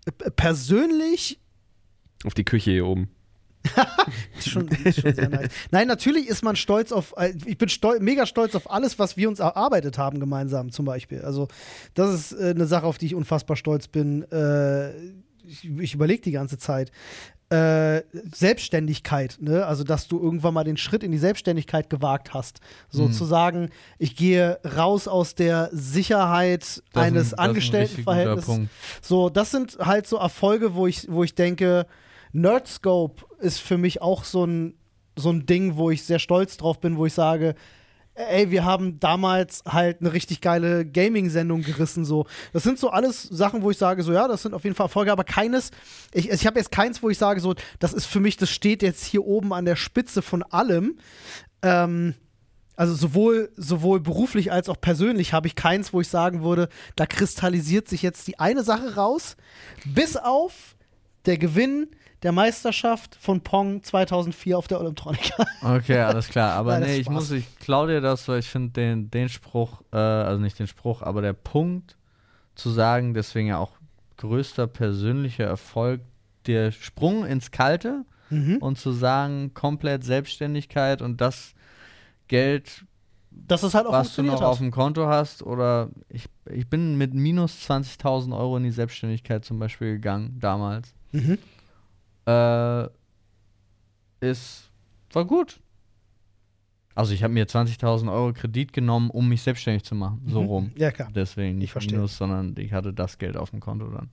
äh, persönlich
Auf die Küche hier oben.
schon, schon sehr nice. Nein, natürlich ist man stolz auf, äh, ich bin stol mega stolz auf alles, was wir uns erarbeitet haben gemeinsam zum Beispiel. Also das ist äh, eine Sache, auf die ich unfassbar stolz bin. Äh, ich ich überlege die ganze Zeit. Äh, Selbstständigkeit, ne? also dass du irgendwann mal den Schritt in die Selbstständigkeit gewagt hast. So
Mhm.
zu sagen, ich gehe raus aus der Sicherheit
Das ist ein- das
eines
ist ein richtig guter
Angestelltenverhältnisses.
Punkt.
So, das sind halt so Erfolge, wo ich, wo ich denke, Nerdscope ist für mich auch so ein, so ein Ding, wo ich sehr stolz drauf bin, wo ich sage, ey, wir haben damals halt eine richtig geile Gaming-Sendung gerissen. So. Das sind so alles Sachen, wo ich sage, so ja, das sind auf jeden Fall Erfolge, aber keines, ich, ich habe jetzt keins, wo ich sage, so, das ist für mich, das steht jetzt hier oben an der Spitze von allem. Ähm, also sowohl, sowohl beruflich als auch persönlich habe ich keins, wo ich sagen würde, da kristallisiert sich jetzt die eine Sache raus, bis auf der Gewinn der Meisterschaft von Pong 2004 auf der Olymtronica.
Okay, alles klar. Aber
Nein, das
nee,
ist
ich
Spaß.
muss, ich klau dir das, weil ich finde den, den Spruch, äh, also nicht den Spruch, aber der Punkt zu sagen, deswegen ja auch größter persönlicher Erfolg, der Sprung ins Kalte und zu sagen, komplett Selbstständigkeit und das Geld,
Dass es halt auch
was du
funktioniert
noch
hat.
auf dem Konto hast, oder ich, ich bin mit minus 20.000 Euro in die Selbstständigkeit zum Beispiel gegangen, damals.
Mhm.
Äh, ist, war gut. Also ich habe mir 20.000 Euro Kredit genommen, um mich selbstständig zu machen, so rum.
Mhm. Ja, klar.
Deswegen nicht
verstehe.
minus, sondern ich hatte das Geld auf dem Konto dann.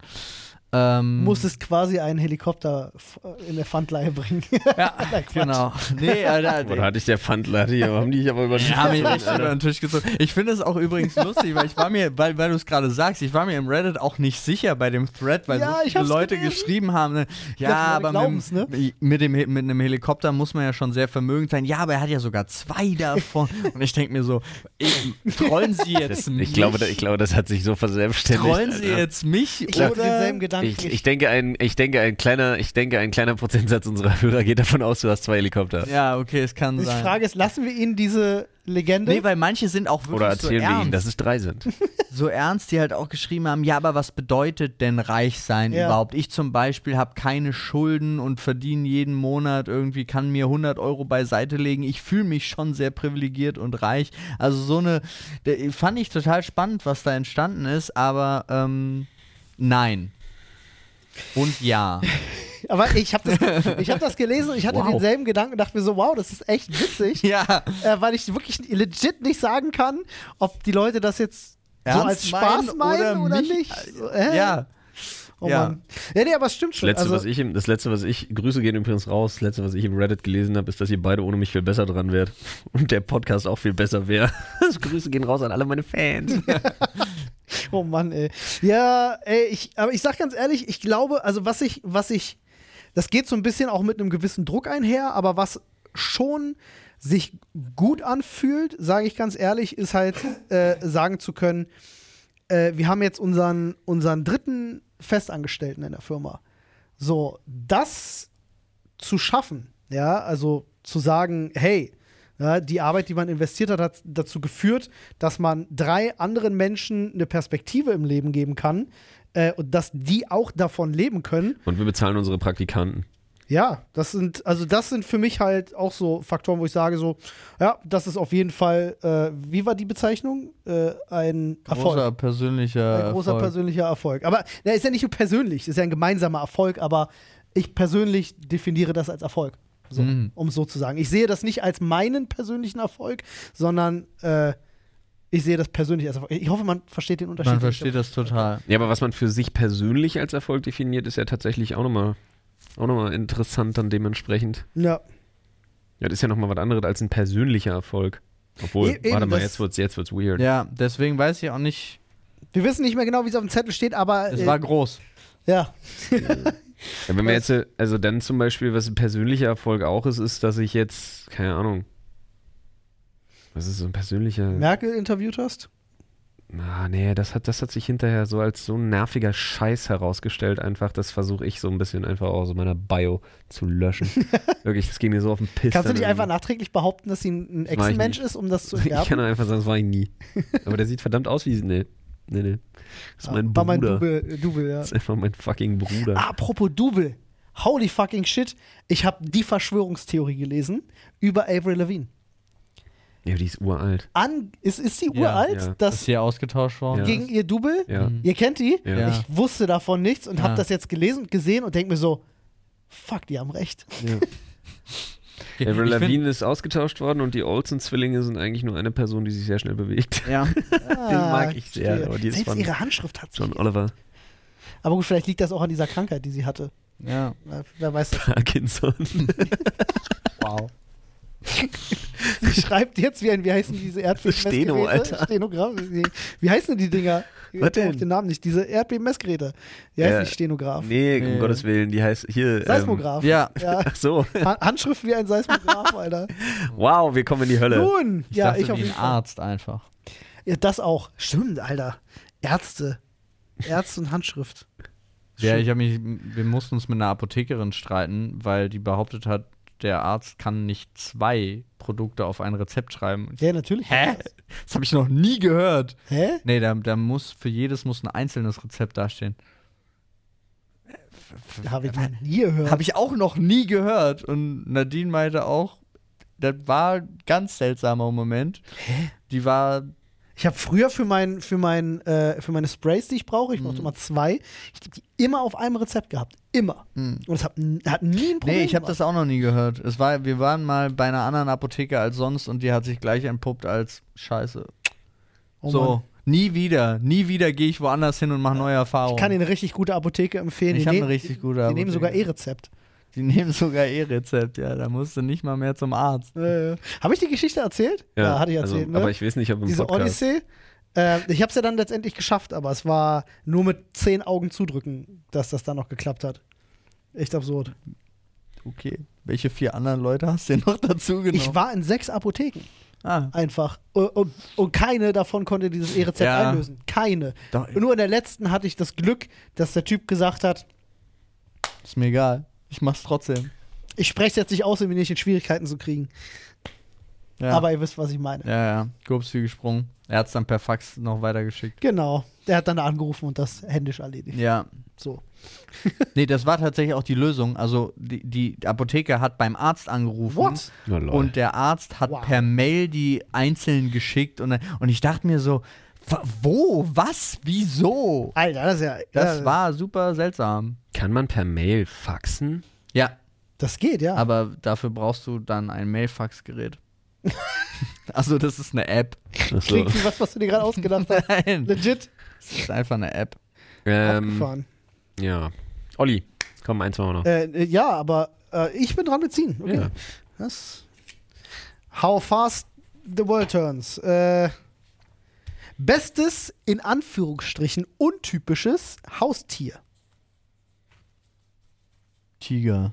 Ähm,
Musstest quasi einen Helikopter f- äh, in der Pfandleihe bringen.
ja, genau. Nee, Alter,
Oder hatte ich der Pfandler hier? Haben die ich aber über
Ja, mir echt über den Tisch gezogen. Ich finde es auch übrigens lustig, weil ich war mir, weil, weil du es gerade sagst, ich war mir im Reddit auch nicht sicher bei dem Thread, weil
Ja,
so
ich
viele
hab's
Leute
gelesen.
geschrieben haben, ne, ja,
Ja, viele
aber mit,
glauben's, ne?
dem- mit, dem, He- mit einem Helikopter muss man ja schon sehr vermögend sein. Ja, aber er hat ja sogar zwei davon. Und ich denke mir so, eben, trollen sie jetzt mich?
Ich glaube, da- ich glaube, das hat sich so verselbstständigt.
trollen sie
Alter.
jetzt mich?
Ich
oder?
hatte denselben Gedanken.
Ich, ich, denke, ein, ich, denke, ein kleiner, ich denke, ein kleiner Prozentsatz unserer Hörer geht davon aus, du hast zwei Helikopter.
ja, okay, es kann
die
sein.
Frage ist, lassen wir ihnen diese Legende?
Nee, weil manche sind auch wirklich
ne? Oder
so
erzählen wir
ernst.
ihnen, dass es drei sind.
so ernst, die halt auch geschrieben haben, ja, aber was bedeutet denn reich sein
Ja.
überhaupt? Ich zum Beispiel habe keine Schulden und verdiene jeden Monat irgendwie, kann mir 100 Euro beiseite legen. Ich fühle mich schon sehr privilegiert und reich. Also so eine, der- fand ich total spannend, was da entstanden ist, aber ähm, nein. Und ja.
aber ich habe das, ich hab das gelesen und ich hatte
Wow.
denselben Gedanken und dachte mir so, wow, das ist echt witzig.
ja.
äh, weil ich wirklich legit nicht sagen kann, ob die Leute das jetzt so
Ernst
als Spaß
meinen
meinen oder,
mich-
nicht. So, äh,
Ja.
Oh
ja.
Mann. Ja, nee, aber es stimmt
Das
schon.
Letzte,
also,
was ich im, das letzte, was ich, Grüße gehen übrigens raus, das letzte, was ich im Reddit gelesen habe, ist, dass ihr beide ohne mich viel besser dran wärt. Und der Podcast auch viel besser wäre. Also Grüße gehen raus an alle meine Fans.
oh Mann, ey. Ja, ey, ich, aber ich sag ganz ehrlich, ich glaube, also was ich, was ich, das geht so ein bisschen auch mit einem gewissen Druck einher, aber was schon sich gut anfühlt, sage ich ganz ehrlich, ist halt äh, sagen zu können, äh, wir haben jetzt unseren, unseren dritten Festangestellten in der Firma. So, das zu schaffen, ja, also zu sagen, hey, ja, die Arbeit, die man investiert hat, hat dazu geführt, dass man drei anderen Menschen eine Perspektive im Leben geben kann äh, und dass die auch davon leben können.
Und wir bezahlen unsere Praktikanten.
Ja, das sind, also das sind für mich halt auch so Faktoren, wo ich sage so, ja, das ist auf jeden Fall, äh, wie war die Bezeichnung? Äh, ein
Großer
Erfolg.
Äh,
persönlicher
Ein großer
Erfolg.
persönlicher Erfolg. Aber der ist ja nicht nur persönlich, ist ja ein gemeinsamer Erfolg, aber ich persönlich definiere das als Erfolg. So,
Mhm.
Um es so zu sagen. Ich sehe das nicht als meinen persönlichen Erfolg, sondern äh, ich sehe das persönlich als Erfolg. Ich hoffe, man versteht den Unterschied.
Man versteht das total.
Ja, aber was man für sich persönlich als Erfolg definiert, ist ja tatsächlich auch nochmal auch noch mal interessant dann dementsprechend.
Ja.
Ja, das ist ja nochmal was anderes als ein persönlicher Erfolg. Obwohl,
E- eben,
warte mal,
das-
jetzt wird's, jetzt wird's weird.
Ja, deswegen weiß ich auch nicht,
Wir wissen nicht mehr genau, wie es auf dem Zettel steht, aber
es
äh,
war groß.
Ja.
Ja, wenn wir jetzt, äh, also dann zum Beispiel, was ein persönlicher Erfolg auch ist, ist, dass ich jetzt, keine Ahnung, was ist so ein persönlicher.
Merkel interviewt hast?
Ah, nee, das hat, das hat sich hinterher so als so ein nerviger Scheiß herausgestellt, einfach. Das versuche ich so ein bisschen einfach aus meiner Bio zu löschen. Wirklich, das ging mir so auf den Piss.
Kannst du
dann
nicht einfach
irgendwie.
nachträglich behaupten, dass sie ein ein
mach ich
Echsenmensch
nicht.
ist, um das zu
Ich kann
entwerfen?
einfach sagen, das war ich nie. Aber der sieht verdammt aus wie. Nee, nee, nee. Das ist mein
War
Bruder.
mein Double, Ah. äh, Double ja.
Das ist einfach mein fucking Bruder.
Apropos Double. Holy fucking shit. Ich habe die Verschwörungstheorie gelesen über Avril Lavigne.
Ja, die ist uralt.
An, ist, ist die
Ja,
uralt,
ja.
Ist
dass
hier ausgetauscht worden?
Ja.
gegen ihr Double,
Ja.
ihr kennt die,
Ja.
ich wusste davon nichts und
Ja.
habe das jetzt gelesen und gesehen und denke mir so, fuck, die haben recht.
Ich find-
Avril Lavigne ist ausgetauscht worden und die Olsen-Zwillinge sind eigentlich nur eine Person, die sich sehr schnell bewegt.
Ja.
Den mag ich sehr.
verstehe.
Aber die ist
Selbst
von
ihre Handschrift hat sie.
John Oliver
Aber gut, vielleicht liegt das auch an dieser Krankheit, die sie hatte.
ja.
Äh, Wer weiß das.
Parkinson.
Wow.
Sie schreibt jetzt wie ein, wie heißen diese Erdbebenmessgeräte?
Steno, Alter.
Stenogramm. Wie- Wie heißen denn die Dinger? Ich
Was
komm auf
denn?
den Namen nicht. Diese Erdbebenmessgeräte. Die heißen nicht Stenograf.
Nee, um
Nee.
Gottes Willen. Die heißt hier.
Seismograf.
Ja.
Ähm,
Ja.
Ach so.
Ha- Handschrift wie ein Seismograph, Alter.
Wow, wir kommen in die Hölle.
Nun,
Ich
ja,
dachte,
ich auf
wie
jeden
ein
Fall.
Arzt einfach.
Ja, das auch. Stimmt, Alter. Ärzte. Ärzte und Handschrift.
Ja, ich habe mich, wir mussten uns mit einer Apothekerin streiten, weil die behauptet hat, der Arzt kann nicht zwei Produkte auf ein Rezept schreiben. Und ich-
Ja, natürlich.
Hä? Das habe ich noch nie gehört.
Hä?
Nee, da, da muss für jedes muss ein einzelnes Rezept dastehen.
Habe ich noch nie gehört.
Habe ich auch noch nie gehört. Und Nadine meinte auch, das war ein ganz seltsamer Moment. Die war,
Ich habe früher für, mein, für, mein, äh, für meine Sprays, die ich brauche, ich
Mhm.
brauchte immer zwei, ich habe die immer auf einem Rezept gehabt. Immer. Und es hat, n- hat nie ein Problem.
Mhm. nee, ich habe
gemacht.
das auch noch nie gehört. Es war, wir waren mal bei einer anderen Apotheke als sonst und die hat sich gleich entpuppt als Scheiße.
Oh
so,
Mann.
nie wieder, nie wieder gehe ich woanders hin und mache neue Erfahrungen.
Ich kann dir eine richtig gute Apotheke empfehlen.
Ich
Die
hab
nehmen-
eine richtig gute
Die nehmen
Apotheke.
sogar E-Rezept.
die nehmen sogar E-Rezept, ja, da musst du nicht mal mehr zum Arzt.
Äh, habe ich die Geschichte erzählt? hatte ich erzählt.
also,
ne?
Aber ich weiß nicht, ob im
Diese
Podcast.
Odyssee. Äh, ich habe es ja dann letztendlich geschafft, aber es war nur mit zehn Augen zudrücken, dass das dann noch geklappt hat. Echt absurd.
Genau. Okay, welche vier anderen Leute hast du denn noch dazu genommen?
Ich war in sechs Apotheken.
ah,
einfach. Und, und, und keine davon konnte dieses E-Rezept
Ja.
einlösen. Keine.
Doch.
Nur in der letzten hatte ich das Glück, dass der Typ gesagt hat,
ist mir egal, ich mach's trotzdem.
ich spreche es jetzt nicht aus, um ihn nicht in Schwierigkeiten zu kriegen.
Ja.
Aber ihr wisst, was ich meine.
Ja, ja, Gurps viel gesprungen. Er hat's dann per Fax noch weitergeschickt.
Genau. Der hat dann angerufen und das händisch erledigt.
Ja.
So.
Nee, das war tatsächlich auch die Lösung. Also die, die Apotheke hat beim Arzt angerufen.
What?
Na, lol.
Und der Arzt hat
Wow.
per Mail die einzeln geschickt. Und, dann- und ich dachte mir so, wa- wo, was, wieso?
Alter, das ist ja.
Das
ja,
war super seltsam.
Kann man per Mail faxen?
Ja,
Das geht, ja.
aber dafür brauchst du dann ein Mailfaxgerät. also das ist eine App.
Ach so.
Klingt wie was, was du dir gerade ausgedacht hast.
Nein,
Legit.
das ist einfach eine App.
Ähm,
Abgefahren.
ja. Olli, komm, eins machen wir noch.
Äh, äh, ja, aber äh, ich bin dran mit ziehen. Okay.
Ja.
Was? How fast the world turns. Äh, bestes, in Anführungsstrichen, untypisches Haustier.
Tiger.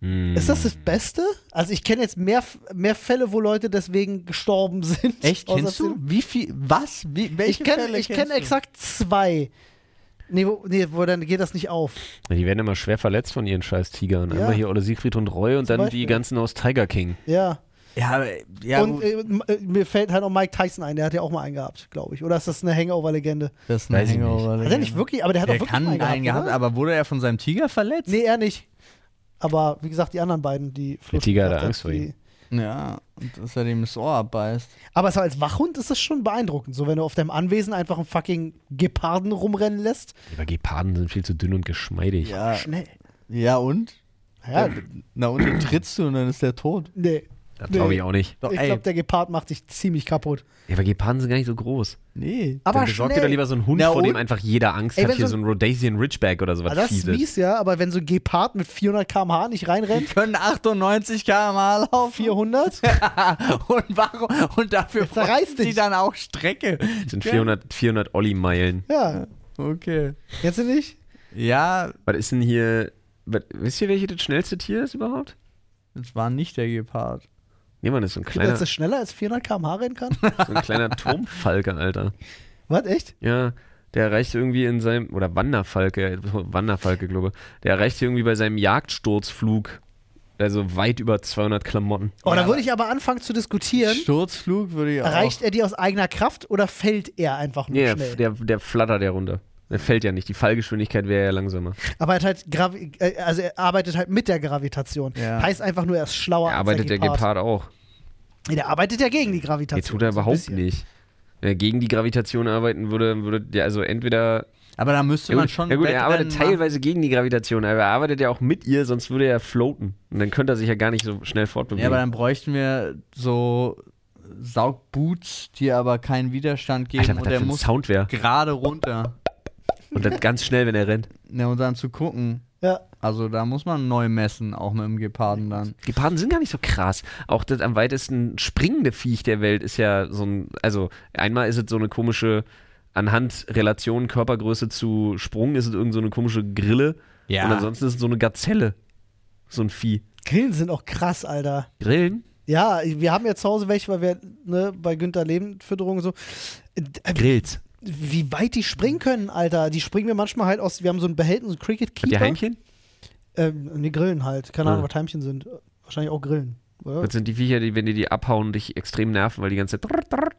Hm.
Ist das
Mm.
das Beste? Also ich kenne jetzt mehr, mehr Fälle, wo Leute deswegen gestorben sind.
Echt,
Außer
kennst du?
zehn-
Wie viel, was? Wie, welche
Ich kenne
Fälle
ich
kennst
kenn
du?
exakt zwei. Nee, wo, nee, wo dann geht das nicht auf.
Die werden immer schwer verletzt von ihren scheiß Tigern.
Ja.
Einmal hier oder Siegfried und Roy und dann
Beispiel.
die ganzen aus Tiger King.
Ja.
Ja, aber- ja
Und
gut.
äh, m- äh, mir fällt halt auch Mike Tyson ein, der hat ja auch mal einen gehabt, glaube ich. Oder ist das eine Hangover-Legende?
das ist
weiß ich nicht.
Hat er Also nicht wirklich, aber der hat
Er
auch wirklich
kann
mal
einen gehabt,
oder?
aber wurde er von seinem Tiger verletzt?
Nee, er nicht. Aber wie gesagt, die anderen beiden, die Flo schon
Tiger
gesagt
hatte Angst vor
die-
ihm.
Ja, und dass er dem das Ohr abbeißt.
Aber so als Wachhund ist das schon beeindruckend. So, wenn du auf deinem Anwesen einfach einen fucking Geparden rumrennen lässt.
Aber Geparden sind viel zu dünn und geschmeidig.
Ja,
Schnell.
ja und?
Ja,
Na und den trittst du und dann ist der tot.
nee.
Das glaube
Nee.
ich auch nicht.
Doch,
Ich
ey,
glaube, der Gepard macht dich ziemlich kaputt.
Ja, aber Geparden sind gar nicht so groß.
nee.
Aber
dann besorg dir
schnell.
doch lieber so einen Hund,
Na
vor dem
und?
einfach jeder Angst
Ey,
hat.
wenn
Hier
so
so ein Rhodesian Ridgeback oder sowas
Ah, das ist
Fieses.
mies, ja, aber wenn so ein Gepard mit 400 km/h nicht
Die
reinrennt,
können 98 km/h laufen
400,
und, warum, und dafür
zerreißt
brauchen sie
dich.
dann auch Strecke.
Das sind 400, 400 Olli-Meilen.
ja.
Okay.
Jetzt nicht?
Ja,
Was ist denn hier. Was, wisst ihr, welches das schnellste Tier ist überhaupt?
es war nicht der Gepard.
Niemand ist so ein kleiner,
Dass
so
es schneller als 400 km/h rennen kann?
ein kleiner Turmfalke, Alter.
Was, echt?
Ja, der erreicht irgendwie in seinem, oder Wanderfalke, äh, Wanderfalke, glaube ich, der erreicht irgendwie bei seinem Jagdsturzflug, also weit über 200 Klamotten.
Oh, da würde ich aber anfangen zu diskutieren.
Sturzflug würde ich auch.
Erreicht er die aus eigener Kraft oder fällt er einfach nur
Nee, der,
schnell?
der, der flattert ja runter. Der fällt ja nicht, die Fallgeschwindigkeit wäre ja langsamer.
Aber er, hat halt Gravi äh, also er arbeitet halt mit der Gravitation.
Ja.
Heißt einfach nur, er ist schlauer
Er arbeitet
als
der Gepard auch.
Nee, der arbeitet ja gegen die
Nee,
Gravitation.
tut er
so ein
überhaupt
bisschen.
nicht. Wenn er gegen die Gravitation arbeiten würde, würde der also entweder.
Aber da müsste
Ja
man
gut,
schon.
ja gut er
Wettrennen
arbeitet teilweise gegen die Gravitation, aber er arbeitet ja auch mit ihr, sonst würde er floaten. Und dann könnte er sich ja gar nicht so schnell
machen.
fortbewegen.
Ja, aber dann bräuchten wir so Saugboots, die aber keinen Widerstand geben
Alter, was
und
das
er
für ein
muss
Sound wäre.
gerade runter.
Und dann ganz schnell, wenn er rennt.
Ne, und dann zu gucken.
Ja.
Also da muss man neu messen, auch mit dem Geparden dann.
Geparden sind gar nicht so krass. Auch das am weitesten springende Viech der Welt ist ja so ein, also einmal ist es so eine komische, anhand Relation Körpergröße zu Sprung ist es irgend so eine komische Grille.
Ja.
Und ansonsten ist es so eine Gazelle. So ein Vieh.
Grillen sind auch krass, Alter.
Grillen?
Ja, wir haben ja zu Hause welche, weil wir ne, bei Günther Lebendfütterung und so. Äh,
Grills.
Wie weit die springen können, Alter. Die springen wir manchmal halt aus. Wir haben so einen Behälter, so einen Cricket
Habt ihr
Keeper.
Heimchen?
Ähm, die Grillen halt. Keine Ahnung,
Ah.
was Heimchen sind. Wahrscheinlich auch Grillen. Oder?
Das sind die Viecher, die, wenn die die abhauen, dich extrem nerven, weil die ganze Zeit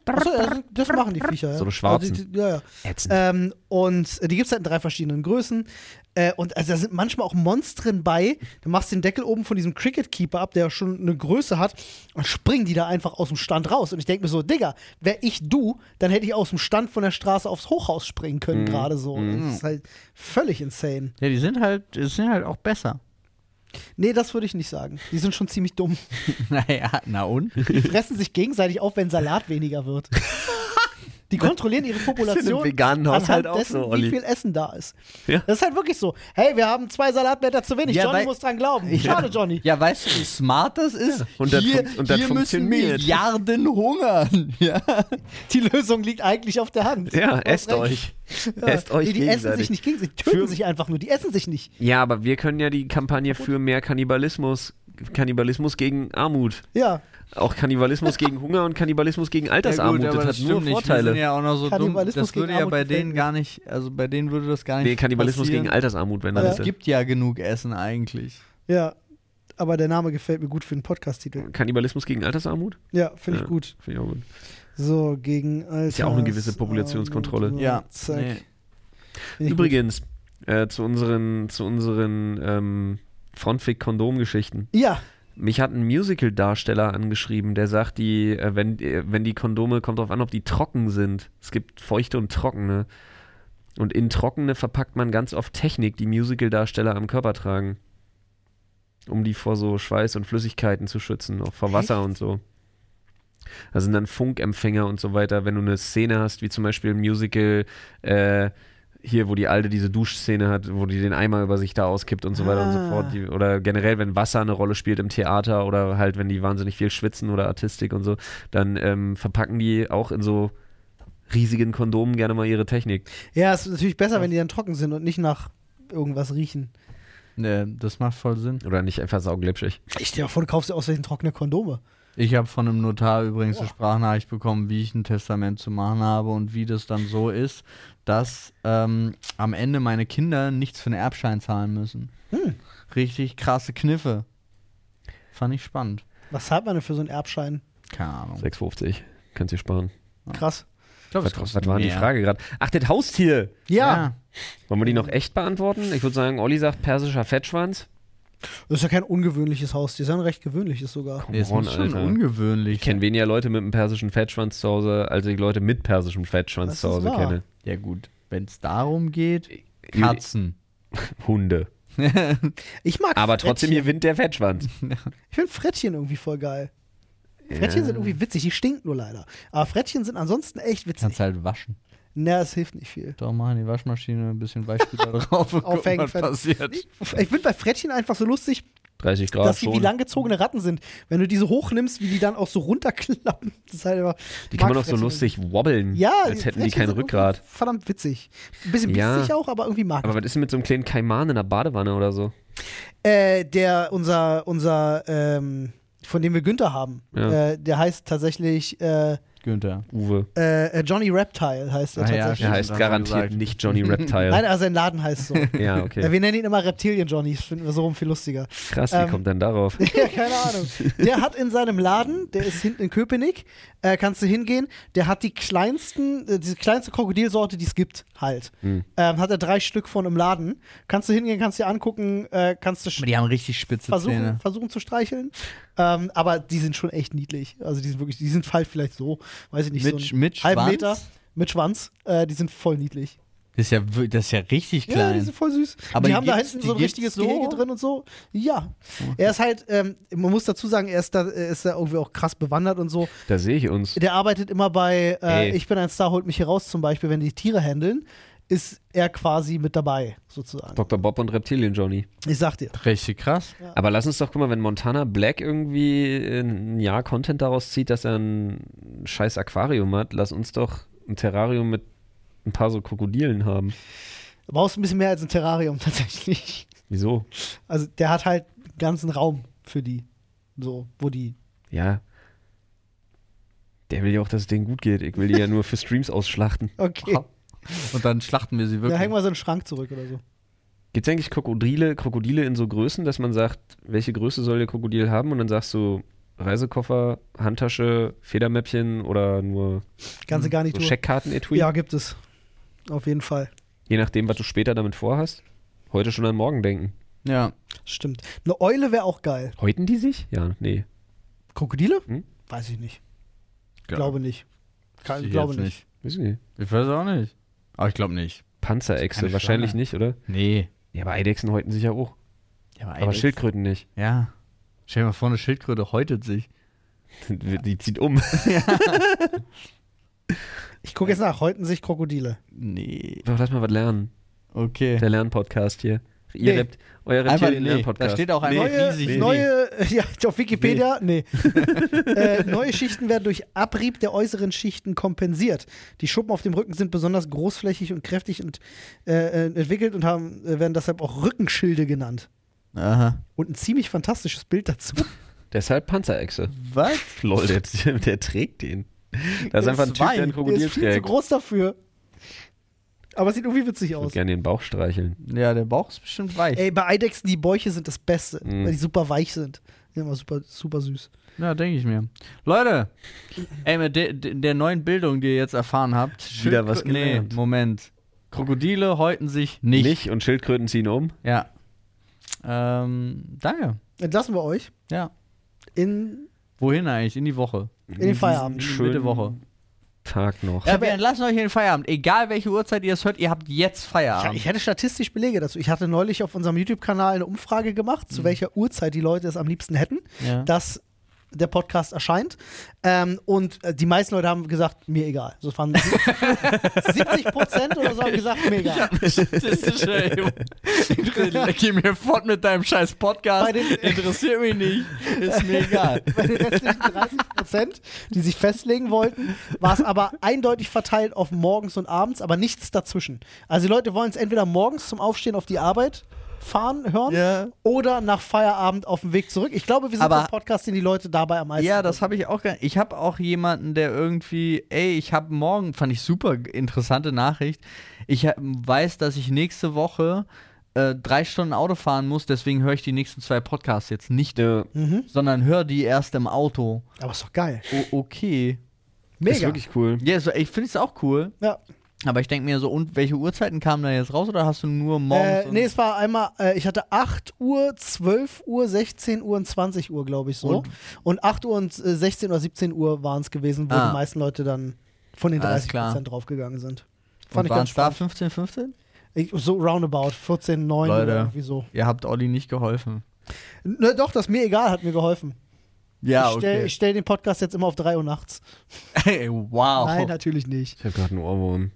Achso, ja, das machen die Viecher. Ja.
So eine schwarzen.
Also die- die- ja, ja.
ätzend.
Ähm, und äh, die gibt es halt in drei verschiedenen Größen. Äh, und also da sind manchmal auch Monstren bei. Du machst den Deckel oben von diesem Cricket Keeper ab, der schon eine Größe hat, und springen die da einfach aus dem Stand raus. Und ich denke mir so, Digga, wäre ich du, dann hätte ich aus dem Stand von der Straße aufs Hochhaus springen
Mhm.
können, gerade so. Das ist halt völlig insane.
Ja, die sind halt, die sind halt auch besser.
Nee, das würde ich nicht sagen. Die sind schon ziemlich dumm.
Naja, na und?
Die fressen sich gegenseitig auf, wenn Salat weniger wird. Die kontrollieren ihre Population.
Ist in einem veganen
anhand
Haushalt auch
dessen,
so,
Wie
Olli.
viel Essen da ist.
Ja.
Das ist halt wirklich so. Hey, wir haben zwei Salatblätter zu wenig.
Ja,
Johnny
weil-
muss dran glauben. Schade, Johnny.
Ja, weißt du, wie smart das ist?
und das
hier
fun- und das
hier müssen
funktioniert.
Milliarden hungern. Ja.
Die Lösung liegt eigentlich auf der Hand.
Ja,
Du hast
esst
recht.
euch.
Oh, Ja.
Esst euch
nee, die essen sich
gegenseitig.
nicht gegenseitig. Die töten
Für-
sich einfach nur. Die essen sich nicht.
Ja, aber wir können ja die Kampagne für mehr Kannibalismus, Kannibalismus gegen Armut
Ja,
Auch Kannibalismus gegen Hunger und Kannibalismus gegen
Ja,
Altersarmut.
gut, aber
das, hat nur
stimmt nicht. Wir
Vorteile.
sind ja auch noch so dumm.
Kannibalismus
Das würde
gegen
ja bei
Armut gefällt
denen gar nicht, also bei denen würde das gar nicht.
nee, Kannibalismus
passieren.
gegen Altersarmut, wenn
Weil
das
Es gibt ja genug Essen eigentlich.
ja. Aber der Name gefällt mir gut für den Podcast-Titel.
Kannibalismus gegen Altersarmut?
Ja, finde ich
Ja.
gut.
Finde ich auch gut.
So, gegen Alters,
ja auch eine gewisse Populationskontrolle.
Armut,
Ja.
Zack.
Nee.
Finde ich gut.
Übrigens, äh, zu unseren, zu unseren ähm, Frontfick-Kondom-Geschichten.
Ja,
Mich hat ein Musical-Darsteller angeschrieben, der sagt, die, äh, wenn, äh, wenn die Kondome, kommt drauf an, ob die trocken sind. Es gibt feuchte und trockene. Und in trockene verpackt man ganz oft Technik, die Musical-Darsteller am Körper tragen. Um die vor so Schweiß und Flüssigkeiten zu schützen, auch vor Wasser und so. Da sind dann Funkempfänger und so weiter. Wenn du eine Szene hast, wie zum Beispiel im Musical, äh, hier, wo die Alte diese Duschszene hat, wo die den Eimer über sich da auskippt und so weiter und so
Ah.
fort. Die, oder generell, wenn Wasser eine Rolle spielt im Theater oder halt, wenn die wahnsinnig viel schwitzen oder Artistik und so, dann ähm, verpacken die auch in so riesigen Kondomen gerne mal ihre Technik.
Ja, es ist natürlich besser, wenn die dann trocken sind und nicht nach irgendwas riechen.
Nee, das macht voll Sinn.
Oder nicht einfach sauglitschig.
Ich stell dir vor, du kaufst dir aus welchen trockene Kondome.
Ich habe von einem Notar übrigens eine Sprachnachricht bekommen, wie ich ein Testament zu machen habe und wie das dann so ist, dass ähm, am Ende meine Kinder nichts für den Erbschein zahlen müssen.
Hm.
Richtig krasse Kniffe. Fand ich spannend.
Was zahlt man denn für so einen Erbschein?
Keine Ahnung.
6,50. Kannst dir sparen.
Krass.
Ich glaube,
Was, was war denn die Frage gerade? Ach, das Haustier!
Ja,
Wollen wir die noch echt beantworten? Ich würde sagen, Olli sagt persischer Fettschwanz.
das ist ja kein ungewöhnliches Haus, die ist ja ein recht gewöhnliches sogar.
Nee, es muss schon ungewöhnlich.
Ich kenne weniger Leute mit einem persischen Fettschwanz zu Hause, als ich Leute mit persischem Fettschwanz
Das
zu
ist
Hause
wahr.
kenne.
Ja, gut. Wenn es darum geht, Katzen.
Hunde.
äh,
Ich mag
Aber trotzdem
Frettchen.
gewinnt der Fettschwanz.
Ich finde Frettchen irgendwie voll geil. Frettchen sind irgendwie witzig, die stinken nur leider. Aber Frettchen sind ansonsten echt witzig.
Kannst halt waschen.
Na, es hilft nicht viel.
Doch, mal in die Waschmaschine ein bisschen Weichspüler drauf und gucken,
Aufhängen,
was
Fett-
passiert.
Ich finde bei Frettchen einfach so lustig,
30 Grad.
dass sie
schon.
wie langgezogene Ratten sind. Wenn du diese hochnimmst, wie die dann auch so runterklappen, das ist halt immer
die kann man auch so
Marktfresse.
lustig wobbeln,
Ja,
als hätten die
Flechte
kein
sind
Rückgrat.
irgendwie Verdammt witzig. Ein bisschen
Ja.
witzig auch, aber irgendwie mag
Aber was ist denn mit so einem kleinen Kaiman in der Badewanne oder so?
Äh, der, unser, unser, ähm, von dem wir Günther haben,
Ja.
äh, der heißt tatsächlich, äh,
Günther.
Uwe.
äh, Johnny Reptile heißt er
Ah ja,
tatsächlich.
Der
Stimmt,
heißt
das
garantiert
haben wir gesagt.
nicht Johnny
Nein,
Reptile.
also sein Laden heißt so.
Ja,
Ja,
okay.
wir nennen ihn immer Reptilien-Johnny, das finden wir so rum viel lustiger.
Krass, wie
ähm,
kommt denn darauf?
Ja, keine Ahnung. Der hat in seinem Laden, der ist hinten in Köpenick, äh, kannst du hingehen, der hat die kleinsten, äh, diese kleinste Krokodilsorte, die es gibt, halt. Ähm, hat er drei Stück von im Laden. Kannst du hingehen, kannst dir angucken, äh, kannst du sch-
Aber die haben richtig spitze
versuchen,
Zähne.
versuchen zu streicheln. Ähm, aber die sind schon echt niedlich. Also die sind wirklich, die sind halt vielleicht so, weiß ich nicht,
Mit-
so einen
mit
halben
Schwanz?
Meter mit Schwanz. Äh, die sind voll niedlich.
Das ist ja, wir- das ist ja
Ja,
richtig
die
klein.
sind voll süß.
Aber
die
die
haben da
gibt's-
hinten
die
so ein
gibt's
richtiges
so?
Gehege drin und so. Ja. Er ist halt, ähm, man muss dazu sagen, er ist da, er ist da irgendwie auch krass bewandert und so.
Da sehe ich uns.
Der arbeitet immer bei äh,
Ey.
Ich bin ein Star, holt mich hier raus zum Beispiel, wenn die Tiere handeln, ist er quasi mit dabei, sozusagen.
Dr. Bob und Reptilien Johnny.
Ich sag dir.
richtig krass.
Aber lass uns doch, guck mal, wenn Montana Black irgendwie äh, ein Jahr Content daraus zieht, dass er ein scheiß Aquarium hat, lass uns doch ein Terrarium mit ein paar so Krokodilen haben.
Du brauchst ein bisschen mehr als ein Terrarium tatsächlich.
Wieso?
Also der hat halt einen ganzen Raum für die. So, wo die.
Ja. Der will ja auch, dass es denen gut geht. Ich will die ja nur für Streams ausschlachten.
Okay.
Und dann schlachten wir sie
Da
wirklich.
hängen wir so einen Schrank zurück oder so.
Gibt es eigentlich Krokodile, Krokodile in so Größen, dass man sagt, welche Größe soll der Krokodil haben? Und dann sagst du Reisekoffer, Handtasche, Federmäppchen oder nur
Hm,
Ganze
so
Garnitur.
Scheckkarten-Etui?
ja, gibt es. Auf jeden Fall.
Je nachdem, was du später damit vorhast. Heute schon an morgen denken.
ja.
Stimmt. Eine Eule wäre auch geil.
Häuten die sich? Ja, nee.
Krokodile?
Hm?
Weiß ich nicht.
Ja.
Glaube nicht. Kann,
Ich
glaube
jetzt
nicht.
Wissen die.
Ich weiß auch nicht. Aber ich glaube nicht.
Panzerechse,
Keine
wahrscheinlich
Schlange.
nicht, oder?
Nee.
Ja, aber Eidechsen häuten sich ja auch.
Ja,
Aber Schildkröten nicht.
Ja. Stell dir mal vor, eine Schildkröte häutet sich.
Die zieht um.
Ich gucke jetzt nach. Häuten sich Krokodile.
Nee.
Doch, lass mal was lernen.
Okay.
Der Lernpodcast hier. Ihr
Nee.
lebt euer
Einfach
Reptilien
nee. Da
Lernpodcast.
steht auch einfach
neue,
riesig.
neue, ja, auf Wikipedia, nee. äh, neue Schichten werden durch Abrieb der äußeren Schichten kompensiert. Die Schuppen auf dem Rücken sind besonders großflächig und kräftig und, äh, äh, entwickelt und haben, äh, werden deshalb auch Rückenschilde genannt.
Aha.
Und ein ziemlich fantastisches Bild dazu.
Deshalb Panzerechse.
Was?
Lol, der, der trägt den. Da ist einfach ein Typ,
Schwein.
der ein
Der
Krokodil
ist viel zu
trägt.
groß dafür. Aber es sieht irgendwie witzig
Ich würde
aus.
gerne den Bauch streicheln.
Ja, der Bauch ist bestimmt weich.
Ey, bei Eidechsen, die Bäuche sind das Beste,
Mhm.
weil die super weich sind. Die sind immer super, super süß.
Ja, denke ich mir. Leute, ey, mit de, de, der neuen Bildung, die ihr jetzt erfahren habt.
Wieder
Schildkrö-
was gelernt.
Nee, Moment. Krokodile häuten sich nicht.
Mich und Schildkröten ziehen um.
Ja. Ähm, danke.
Entlassen wir euch
Ja.
in,
Wohin eigentlich? In die Woche.
in den Feierabend.
In die
Schönen
Mitte Woche.
Tag noch.
Ja, wir entlassen euch in den Feierabend. Egal welche Uhrzeit ihr es hört, ihr habt jetzt
Ja,
Feierabend.
ich hätte statistisch Belege dazu. Ich hatte neulich auf unserem YouTube-Kanal eine Umfrage gemacht, zu welcher Uhrzeit die Leute es am liebsten hätten,
Ja.
dass der Podcast erscheint. Ähm, und äh, die meisten Leute haben gesagt, mir egal. So fanden sie 70 Prozent oder so haben gesagt, mir egal.
Geh mir fort mit deinem scheiß Podcast.
Bei den-
Interessiert mich nicht. Ist mir egal.
Bei den restlichen 30 Prozent, die sich festlegen wollten, war es aber eindeutig verteilt auf morgens und abends, aber nichts dazwischen. Also die Leute wollen es entweder morgens zum Aufstehen auf die Arbeit fahren, hören
Ja.
oder nach Feierabend auf dem Weg zurück. Ich glaube, wir sind
Aber-
der Podcast, den die Leute dabei am meisten.
Ja, das habe ich auch. ge- Ich habe auch jemanden, der irgendwie, ey, ich habe morgen, fand ich super interessante Nachricht. Ich hab- weiß, dass ich nächste Woche äh, drei Stunden Auto fahren muss, deswegen höre ich die nächsten zwei Podcasts jetzt nicht, Mhm. sondern höre die erst im Auto.
Aber ist doch geil.
O okay.
Ist
Mega.
wirklich cool.
Ja, so, ich finde es auch cool.
Ja.
Aber ich denke mir so, und welche Uhrzeiten kamen da jetzt raus oder hast du nur morgens?
Äh,
und-
nee, es war einmal, äh, ich hatte 8 Uhr, 12 Uhr, 16 Uhr und 20 Uhr, glaube ich, so. Und, 8 Uhr und äh, 16 oder 17 Uhr waren es gewesen, wo
Ah.
die meisten Leute dann von den
Alles
30
klar.
Prozent draufgegangen sind.
und
Fand ich
waren
ganz
es da
spannend.
15, 15?
Ich, so roundabout, 14, 9
Leute.
oder irgendwie so.
Ihr habt Olli nicht geholfen.
Ne, doch, das mir egal hat mir geholfen.
Ja,
ich stelle stell den Podcast jetzt immer auf 3 Uhr nachts.
Ey, wow.
Nein, natürlich nicht.
Ich habe gerade einen Ohrwurm.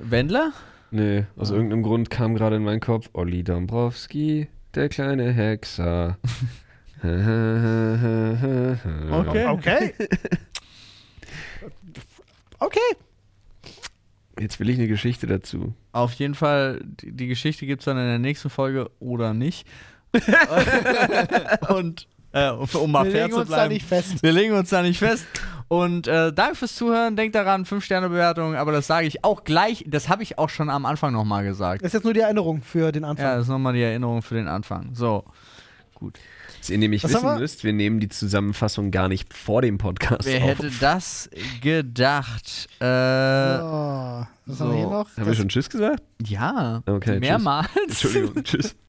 Wendler?
Nee, aus irgendeinem Grund kam gerade in meinen Kopf Olli Dombrowski. der kleine Hexer.
Okay. okay.
Jetzt will ich eine Geschichte dazu.
Auf jeden Fall, die, die Geschichte gibt es dann in der nächsten Folge oder nicht. und äh, um, um mal
Wir
fair
legen
zu
uns da
bleiben.
nicht fest.
Wir legen uns da nicht fest. Und äh, danke fürs Zuhören. Denkt daran, 5-Sterne-Bewertung, aber das sage ich auch gleich. Das habe ich auch schon am Anfang nochmal gesagt.
Das ist jetzt nur die Erinnerung für den
Ja,
Anfang.
das ist nochmal die Erinnerung für den Anfang. So. Gut.
Was ihr nämlich
Was haben
wissen
wir?
müsst, wir nehmen die Zusammenfassung gar nicht vor dem Podcast
Wer
auf.
hätte das gedacht? Äh,
Oh, was
So.
haben wir hier noch?
Haben wir schon Tschüss gesagt?
ja,
Okay, tschüss.
mehrmals.
Entschuldigung, Tschüss.